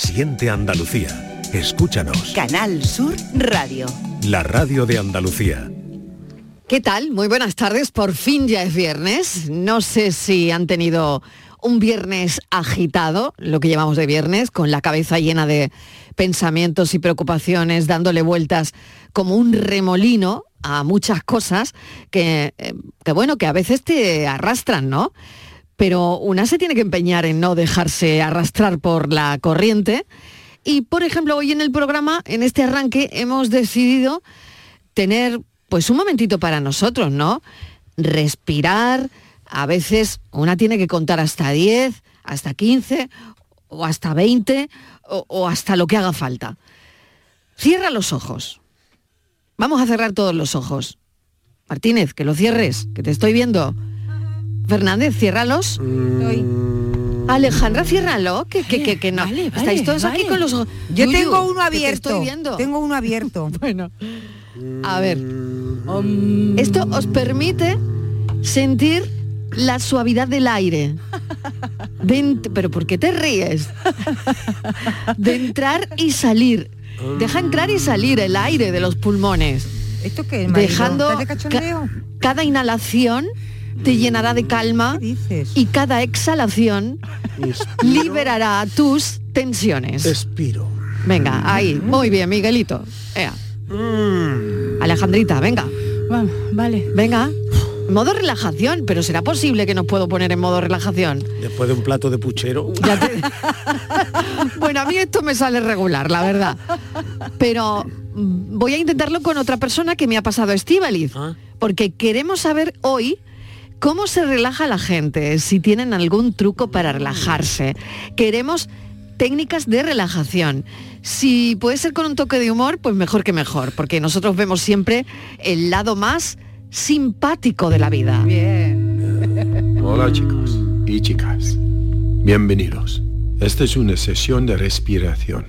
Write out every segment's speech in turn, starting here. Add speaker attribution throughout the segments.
Speaker 1: siguiente Andalucía. Escúchanos.
Speaker 2: Canal Sur Radio.
Speaker 1: La radio de Andalucía.
Speaker 3: ¿Qué tal? Muy buenas tardes. Por fin ya es viernes. No sé si han tenido un viernes agitado, lo que llamamos de viernes, con la cabeza llena de pensamientos y preocupaciones, dándole vueltas como un remolino a muchas cosas que, eh, que bueno, que a veces te arrastran, ¿no? Pero una se tiene que empeñar en no dejarse arrastrar por la corriente. Y, por ejemplo, hoy en el programa, en este arranque, hemos decidido tener pues un momentito para nosotros, ¿no? Respirar, a veces una tiene que contar hasta 10, hasta 15 o hasta 20 o, o, hasta lo que haga falta. Cierra los ojos. Vamos a cerrar todos los ojos. Martínez, que lo cierres, que te estoy viendo. Fernández, ciérralos. Mm. Alejandra, ciérralo, que, que, que, que no.
Speaker 4: Vale, vale,
Speaker 3: Estáis todos
Speaker 4: vale.
Speaker 3: aquí con los ojos.
Speaker 4: Yo
Speaker 3: Yuyu,
Speaker 4: tengo
Speaker 3: que
Speaker 4: uno abierto.
Speaker 3: Te estoy viendo.
Speaker 4: Tengo uno abierto.
Speaker 3: Bueno, a ver. Esto os permite sentir la suavidad del aire. De ent- pero ¿por qué te ríes? De entrar y salir. Deja entrar y salir el aire de los pulmones.
Speaker 4: ¿Esto qué es, marido?
Speaker 3: Dejando
Speaker 4: ¿Estás de
Speaker 3: ca-
Speaker 4: cachondeo?
Speaker 3: cada inhalación te llenará de calma
Speaker 4: ¿Qué dices?
Speaker 3: y cada exhalación liberará tus tensiones.
Speaker 5: Respiro.
Speaker 3: Venga, ahí. Muy bien, Miguelito. Ea. Alejandrita, venga.
Speaker 6: Vamos, vale.
Speaker 3: Venga. Modo relajación, pero ¿será posible que nos puedo poner en modo relajación?
Speaker 5: Después de un plato de puchero.
Speaker 3: Ya te- bueno, a mí esto me sale regular, la verdad. Pero mm, voy a intentarlo con otra persona que me ha pasado Estivaliz.
Speaker 5: Ah.
Speaker 3: Porque queremos saber hoy cómo se relaja la gente, si tienen algún truco para
Speaker 5: Mm.
Speaker 3: relajarse. Queremos técnicas de relajación. Si puede ser con un toque de humor, pues mejor que mejor, porque nosotros vemos siempre el lado más simpático de la vida.
Speaker 7: Hola chicos Mm. y chicas. Bienvenidos. Esta es una sesión de respiración.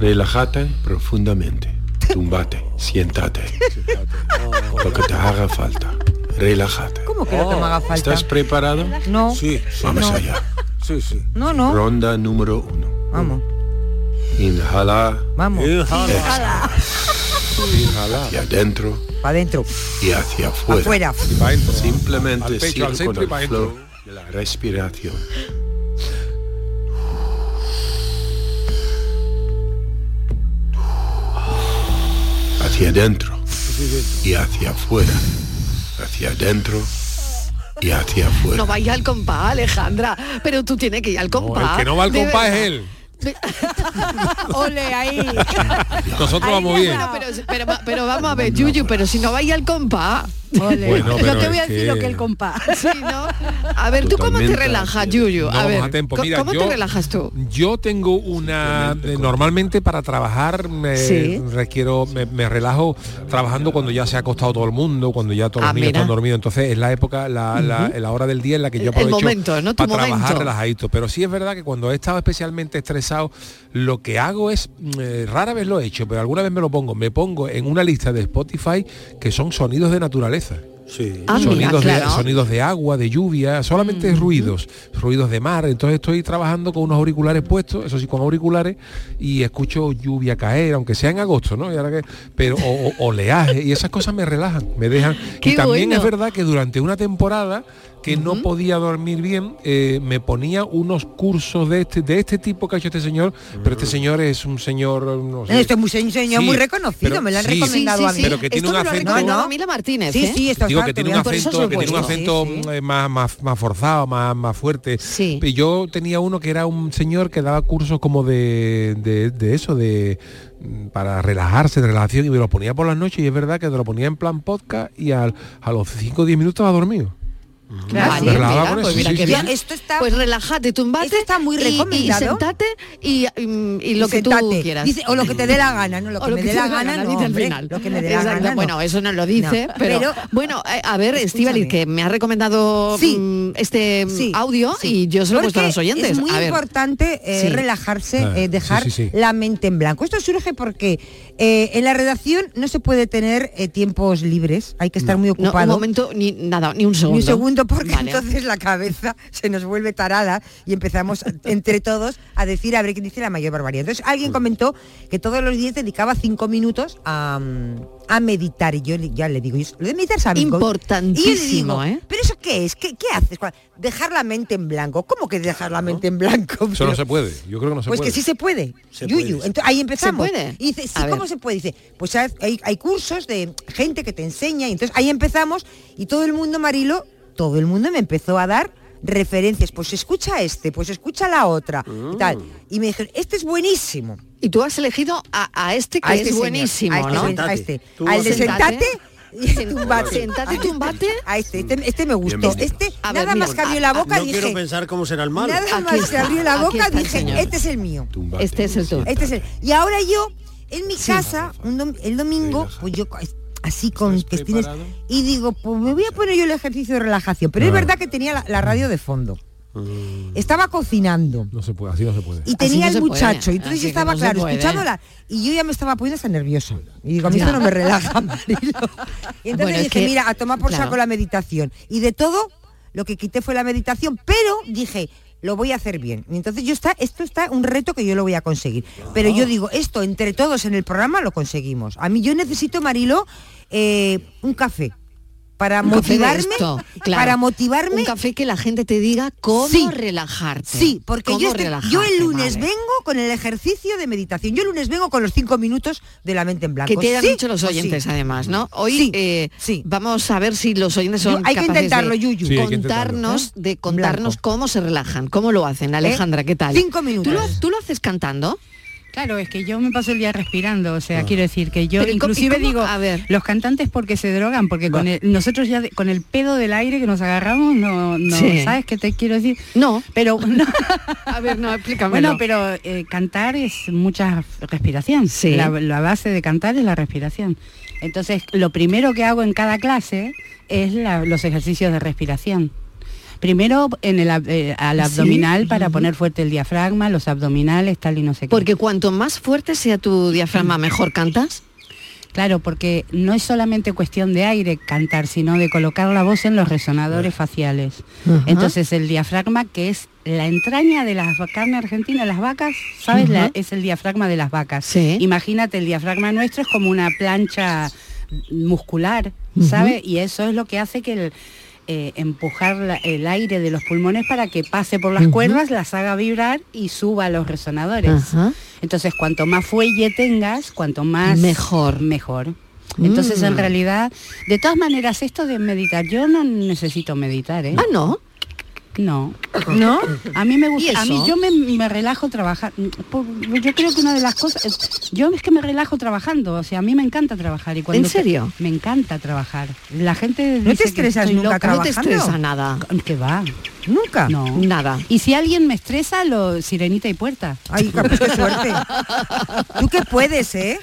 Speaker 7: Relájate profundamente. Túmbate, siéntate. Lo que te haga falta. Relájate.
Speaker 4: ¿Cómo que lo
Speaker 8: oh.
Speaker 4: que me haga falta?
Speaker 7: ¿Estás preparado?
Speaker 4: No,
Speaker 5: Sí, sí,
Speaker 7: Vamos
Speaker 4: No.
Speaker 7: allá.
Speaker 5: sí, sí.
Speaker 4: no, no.
Speaker 7: Ronda número uno.
Speaker 4: Vamos,
Speaker 7: Inhala
Speaker 4: vamos.
Speaker 5: Inhala.
Speaker 7: hacia adentro
Speaker 4: Para adentro.
Speaker 7: y hacia afuera.
Speaker 4: Afuera.
Speaker 5: Pa' dentro.
Speaker 7: Simplemente
Speaker 5: Al pecho, al
Speaker 7: sigue con
Speaker 5: centro y
Speaker 7: el
Speaker 5: pa'
Speaker 7: flow
Speaker 5: dentro.
Speaker 7: de la respiración. Hacia adentro y hacia afuera. Hacia adentro y hacia afuera.
Speaker 3: No vaya al compás, Alejandra. Pero tú tienes que ir al
Speaker 5: No,
Speaker 3: compás.
Speaker 5: el que no va al
Speaker 3: de
Speaker 5: compás es
Speaker 3: verdad.
Speaker 5: él.
Speaker 6: Ole ahí.
Speaker 5: Nosotros vamos bien.
Speaker 3: Bueno, pero, pero, pero vamos a ver, Yuyu, pero si no vais al compás.
Speaker 6: Ole.
Speaker 5: Bueno, pero
Speaker 6: no te voy
Speaker 5: es
Speaker 6: a decir lo
Speaker 5: que-
Speaker 6: que el compás.
Speaker 3: Sí, ¿no? A ver, ¿tú cómo te
Speaker 7: Totalmente.
Speaker 3: relajas, Yuyu?
Speaker 5: No,
Speaker 3: A ver,
Speaker 5: vamos a tiempo.
Speaker 3: ¿co-
Speaker 5: Mira,
Speaker 3: ¿cómo
Speaker 5: yo-
Speaker 3: te relajas tú?
Speaker 5: Yo tengo una... eh, Normalmente para trabajar me
Speaker 3: Sí.
Speaker 5: requiero, me, me relajo trabajando cuando ya se ha acostado todo el mundo, cuando ya todos
Speaker 3: Ah,
Speaker 5: los niños
Speaker 3: mira.
Speaker 5: están dormidos. Entonces es la época, la, la- la hora del día en la que
Speaker 3: El-
Speaker 5: yo
Speaker 3: el
Speaker 5: aprovecho
Speaker 3: momento, ¿no? Tu
Speaker 5: para trabajar
Speaker 3: momento.
Speaker 5: relajadito. Pero sí es verdad que cuando he estado especialmente estresado, lo que hago es, mm, eh, rara vez lo he hecho, pero alguna vez me lo pongo, me pongo en una lista de Spotify que son sonidos de naturaleza
Speaker 7: Sí.
Speaker 3: Ah, mira,
Speaker 5: sonidos,
Speaker 3: claro.
Speaker 5: de, sonidos de agua, de lluvia, solamente ruidos, ruidos de mar. Entonces estoy trabajando con unos auriculares puestos, eso sí, con auriculares, y escucho lluvia caer, aunque sea en agosto, ¿no? Y ahora que- pero o, o- oleaje, y esas cosas me relajan, me dejan.
Speaker 3: Qué
Speaker 5: y también
Speaker 3: bueno.
Speaker 5: es verdad que durante una temporada que no podía dormir bien, eh, me ponía unos cursos de este, de este tipo que ha hecho este señor, pero este señor es un señor, no sé,
Speaker 4: Esto es muy- un señor
Speaker 5: Sí,
Speaker 4: muy reconocido,
Speaker 5: pero-
Speaker 4: me lo han
Speaker 5: sí,
Speaker 4: recomendado a mí.
Speaker 5: Pero que tiene
Speaker 3: Esto
Speaker 5: un
Speaker 3: me lo ha
Speaker 5: acento-
Speaker 3: recomendado
Speaker 4: No, no.
Speaker 3: a mí la Martínez,
Speaker 4: Sí,
Speaker 3: ¿eh?
Speaker 4: sí, esto es
Speaker 5: digo que
Speaker 4: harto,
Speaker 5: tiene un
Speaker 4: voy a- por eso
Speaker 5: acento
Speaker 4: os
Speaker 5: que
Speaker 4: lo he
Speaker 5: tiene un
Speaker 4: puesto.
Speaker 5: acento
Speaker 4: Sí, sí.
Speaker 5: eh, más, más, más forzado más, más fuerte
Speaker 3: Sí.
Speaker 5: y yo tenía uno que era un señor que daba cursos como de, de, de eso de mm, para relajarse de relajación y me lo ponía por las noches y es verdad que te lo ponía en plan podcast y al- a los 5 o 10 minutos estaba dormido
Speaker 3: Claro,
Speaker 5: Me
Speaker 3: mira,
Speaker 5: relajaba
Speaker 3: mira,
Speaker 5: con
Speaker 3: pues
Speaker 5: eso,
Speaker 3: mira
Speaker 5: sí,
Speaker 3: qué
Speaker 5: sí,
Speaker 4: Ya,
Speaker 3: bien.
Speaker 5: sí.
Speaker 4: Esto está
Speaker 3: Pues relájate, tumbate.
Speaker 4: Esto está muy
Speaker 3: y-
Speaker 4: recomendado.
Speaker 3: Y, sentate y, mm, y lo
Speaker 4: y
Speaker 3: que
Speaker 4: sentate.
Speaker 3: tú quieras.
Speaker 4: Dice, o lo que te dé la gana, no lo
Speaker 3: O
Speaker 4: que me dé
Speaker 3: te
Speaker 4: la
Speaker 3: dé
Speaker 4: gana, no,
Speaker 3: dice al
Speaker 4: hombre,
Speaker 3: final.
Speaker 4: Lo que me dé la
Speaker 3: Exacto,
Speaker 4: gana. no.
Speaker 3: Bueno, eso no lo dice,
Speaker 4: No,
Speaker 3: pero,
Speaker 4: pero-
Speaker 3: bueno, eh, a ver, Estivaliz,
Speaker 4: Escúchame.
Speaker 3: que me ha recomendado
Speaker 4: Sí.
Speaker 3: mm, este mm,
Speaker 4: Sí,
Speaker 3: audio
Speaker 4: sí.
Speaker 3: y yo se lo he puesto a
Speaker 4: Porque
Speaker 3: los oyentes.
Speaker 4: Es muy
Speaker 3: a ver.
Speaker 4: importante eh,
Speaker 3: Sí.
Speaker 4: relajarse,
Speaker 5: Ah,
Speaker 4: eh,
Speaker 5: sí,
Speaker 4: dejar
Speaker 5: sí, sí.
Speaker 4: la mente en blanco. Esto surge porque eh, en la redacción no se puede tener eh, tiempos libres, hay que estar muy
Speaker 3: No, un
Speaker 4: ocupado.
Speaker 3: momento, ni nada, ni un
Speaker 4: Ni
Speaker 3: segundo.
Speaker 4: un segundo segundo porque
Speaker 3: Vale.
Speaker 4: entonces la cabeza se nos vuelve tarada y empezamos entre todos a decir a ver quién dice la mayor barbaridad. Entonces alguien comentó que todos los días dedicaba cinco minutos a, mm, a meditar y yo le- ya le digo, yo- lo de meditar es algo-
Speaker 3: Importantísimo,
Speaker 4: Y yo le digo,
Speaker 3: ¿eh?
Speaker 4: ¿Pero eso qué es? ¿Qué, qué haces? ¿Cuál- Dejar la mente en blanco. ¿Cómo que dejar la mente en blanco?
Speaker 5: Eso no
Speaker 4: Pero-
Speaker 5: se puede. Yo creo que no se
Speaker 4: pues
Speaker 5: puede.
Speaker 4: que sí se puede.
Speaker 5: Se
Speaker 4: Yuyu.
Speaker 5: puede.
Speaker 4: Ento- ahí empezamos.
Speaker 3: ¿Se puede?
Speaker 4: Y dice, sí,
Speaker 3: A ver.
Speaker 4: ¿cómo se puede? Dice, pues haz- hay, hay cursos de gente que te enseña. Y entonces ahí empezamos y todo el mundo, Marilo, todo el mundo me empezó a dar referencias. Pues escucha este, pues escucha la otra. Y, tal. y me dijeron, este es buenísimo.
Speaker 3: Ah. Y tú has elegido a, a este que
Speaker 4: A
Speaker 3: es
Speaker 4: este señor,
Speaker 3: buenísimo,
Speaker 4: a este,
Speaker 3: ¿no?
Speaker 4: sen- a este.
Speaker 3: Tú
Speaker 4: Al de
Speaker 3: sentate.
Speaker 4: sentate. Y
Speaker 3: Sen-
Speaker 4: tumbate.
Speaker 3: sentate y tumbate.
Speaker 4: A este, este, este me gustó.
Speaker 9: Bienvenido.
Speaker 4: Este,
Speaker 3: A ver, mira,
Speaker 4: nada
Speaker 3: ah,
Speaker 4: más que abrió la
Speaker 3: a-
Speaker 4: boca,
Speaker 9: no
Speaker 4: dije,
Speaker 9: quiero pensar cómo será el malo.
Speaker 4: nada
Speaker 3: Aquí
Speaker 4: más que
Speaker 3: está,
Speaker 4: abrió la
Speaker 3: aquí
Speaker 4: boca,
Speaker 3: está el
Speaker 4: dije,
Speaker 3: señor.
Speaker 4: este es el mío.
Speaker 3: Este es el tú.
Speaker 4: Este es el- Y ahora yo, en mi casa, un dom- el domingo,
Speaker 7: Relaja.
Speaker 4: pues yo co- así con que tienes
Speaker 7: preparado?
Speaker 4: y digo, pues me voy a poner yo el ejercicio de relajación. Pero es
Speaker 5: Ah.
Speaker 4: verdad que tenía la, la radio de fondo. Estaba cocinando.
Speaker 5: Mm. No se puede, así no se puede.
Speaker 4: Y tenía
Speaker 3: no se
Speaker 4: el
Speaker 3: puede,
Speaker 4: muchacho, y
Speaker 3: así
Speaker 4: entonces
Speaker 3: que
Speaker 4: yo estaba,
Speaker 3: no se
Speaker 4: claro,
Speaker 3: puede.
Speaker 4: escuchándola, y yo ya me estaba poniendo hasta nerviosa. Y digo, a mí
Speaker 3: Ya.
Speaker 4: esto no me relaja, Marilo. Y entonces
Speaker 3: Bueno, es
Speaker 4: dije,
Speaker 3: que-
Speaker 4: mira, a tomar por
Speaker 3: claro.
Speaker 4: saco la meditación. Y de todo, lo que quité fue la meditación, pero dije, lo voy a hacer bien. Y entonces yo está, esto está un reto que yo lo voy a conseguir. Pero yo digo, esto entre todos en el programa lo conseguimos. A mí yo necesito, Marilo, eh, un café. Para
Speaker 3: Un café de
Speaker 4: motivarme,
Speaker 3: esto, claro.
Speaker 4: para motivarme
Speaker 3: Un café que la gente te diga cómo
Speaker 4: Sí.
Speaker 3: relajarte.
Speaker 4: Sí, porque
Speaker 3: Cómo
Speaker 4: yo, este-
Speaker 3: relajarte,
Speaker 4: yo el lunes
Speaker 3: vale.
Speaker 4: vengo con el ejercicio de meditación. Yo el lunes vengo con los cinco minutos de la mente en blanco.
Speaker 3: Que te han
Speaker 4: Sí
Speaker 3: dicho los
Speaker 4: o
Speaker 3: oyentes,
Speaker 4: sí.
Speaker 3: además, ¿no? Hoy
Speaker 4: Sí,
Speaker 3: eh,
Speaker 4: sí.
Speaker 3: vamos a ver si los oyentes son
Speaker 4: Yo- hay que
Speaker 3: capaces
Speaker 4: intentarlo,
Speaker 3: de
Speaker 4: Yuyu.
Speaker 5: Sí, hay que intentarlo.
Speaker 3: contarnos, de contarnos
Speaker 4: Blanco.
Speaker 3: cómo se relajan, cómo lo hacen. Alejandra, ¿qué tal?
Speaker 4: Cinco minutos.
Speaker 3: ¿Tú lo, tú lo haces cantando?
Speaker 6: Claro, es que yo me paso el día respirando, o
Speaker 5: Ah.
Speaker 6: sea, quiero decir que yo
Speaker 3: Pero ¿y cómo-
Speaker 6: inclusive
Speaker 3: y cómo-
Speaker 6: digo,
Speaker 3: a ver.
Speaker 6: los cantantes porque se drogan, porque con el- nosotros ya de- con el pedo del aire que nos agarramos, no, no
Speaker 3: Sí.
Speaker 6: ¿sabes qué te quiero decir?
Speaker 3: No.
Speaker 6: Pero no.
Speaker 3: A ver, no, explícamelo.
Speaker 6: Bueno, pero eh, cantar es mucha f- respiración.
Speaker 3: Sí.
Speaker 6: La, la base de cantar es la respiración. Entonces, lo primero que hago en cada clase es la- los ejercicios de respiración. Primero en el ab- eh, al abdominal para poner fuerte el diafragma, los abdominales, tal y no sé qué.
Speaker 3: Porque cuanto más fuerte sea tu diafragma, mejor cantas.
Speaker 6: Claro, porque no es solamente cuestión de aire cantar, sino de colocar la voz en los resonadores faciales.
Speaker 3: Ajá.
Speaker 6: Entonces el diafragma, que es la entraña de la carne argentina, las vacas, ¿sabes? La-
Speaker 3: Ajá.
Speaker 6: es el diafragma de las vacas.
Speaker 3: Sí.
Speaker 6: Imagínate, el diafragma nuestro es como una plancha muscular, ¿sabes? Y eso es lo que hace que el... eh, empujar la- el aire de los pulmones para que pase por las cuerdas, las haga vibrar y suba a los resonadores.
Speaker 3: Ajá.
Speaker 6: Entonces, cuanto más fuelle tengas, cuanto más...
Speaker 3: Mejor.
Speaker 6: Mejor. Entonces,
Speaker 3: Mm.
Speaker 6: en realidad, de todas maneras, esto de meditar, yo no necesito meditar, ¿eh?
Speaker 3: Ah, no.
Speaker 6: No.
Speaker 4: ¿No?
Speaker 6: A mí me
Speaker 3: ¿Y
Speaker 6: gusta, a mí
Speaker 3: eso?
Speaker 6: yo me, me relajo trabajando. Yo creo que una de las cosas, es- yo es que me relajo trabajando, o sea, a mí me encanta trabajar. Y cuando
Speaker 3: ¿En serio?
Speaker 6: Me encanta trabajar. La gente...
Speaker 4: ¿No te
Speaker 6: dice que
Speaker 4: estresas
Speaker 6: estoy
Speaker 4: nunca
Speaker 6: loca.
Speaker 3: No te
Speaker 4: ¿Trabajando?
Speaker 3: estresa nada.
Speaker 6: Que va.
Speaker 4: Nunca.
Speaker 6: No.
Speaker 3: Nada.
Speaker 6: Y si alguien me estresa, lo sirenita y puerta.
Speaker 4: Ay, Campos, qué suerte. Tú que puedes, ¿eh?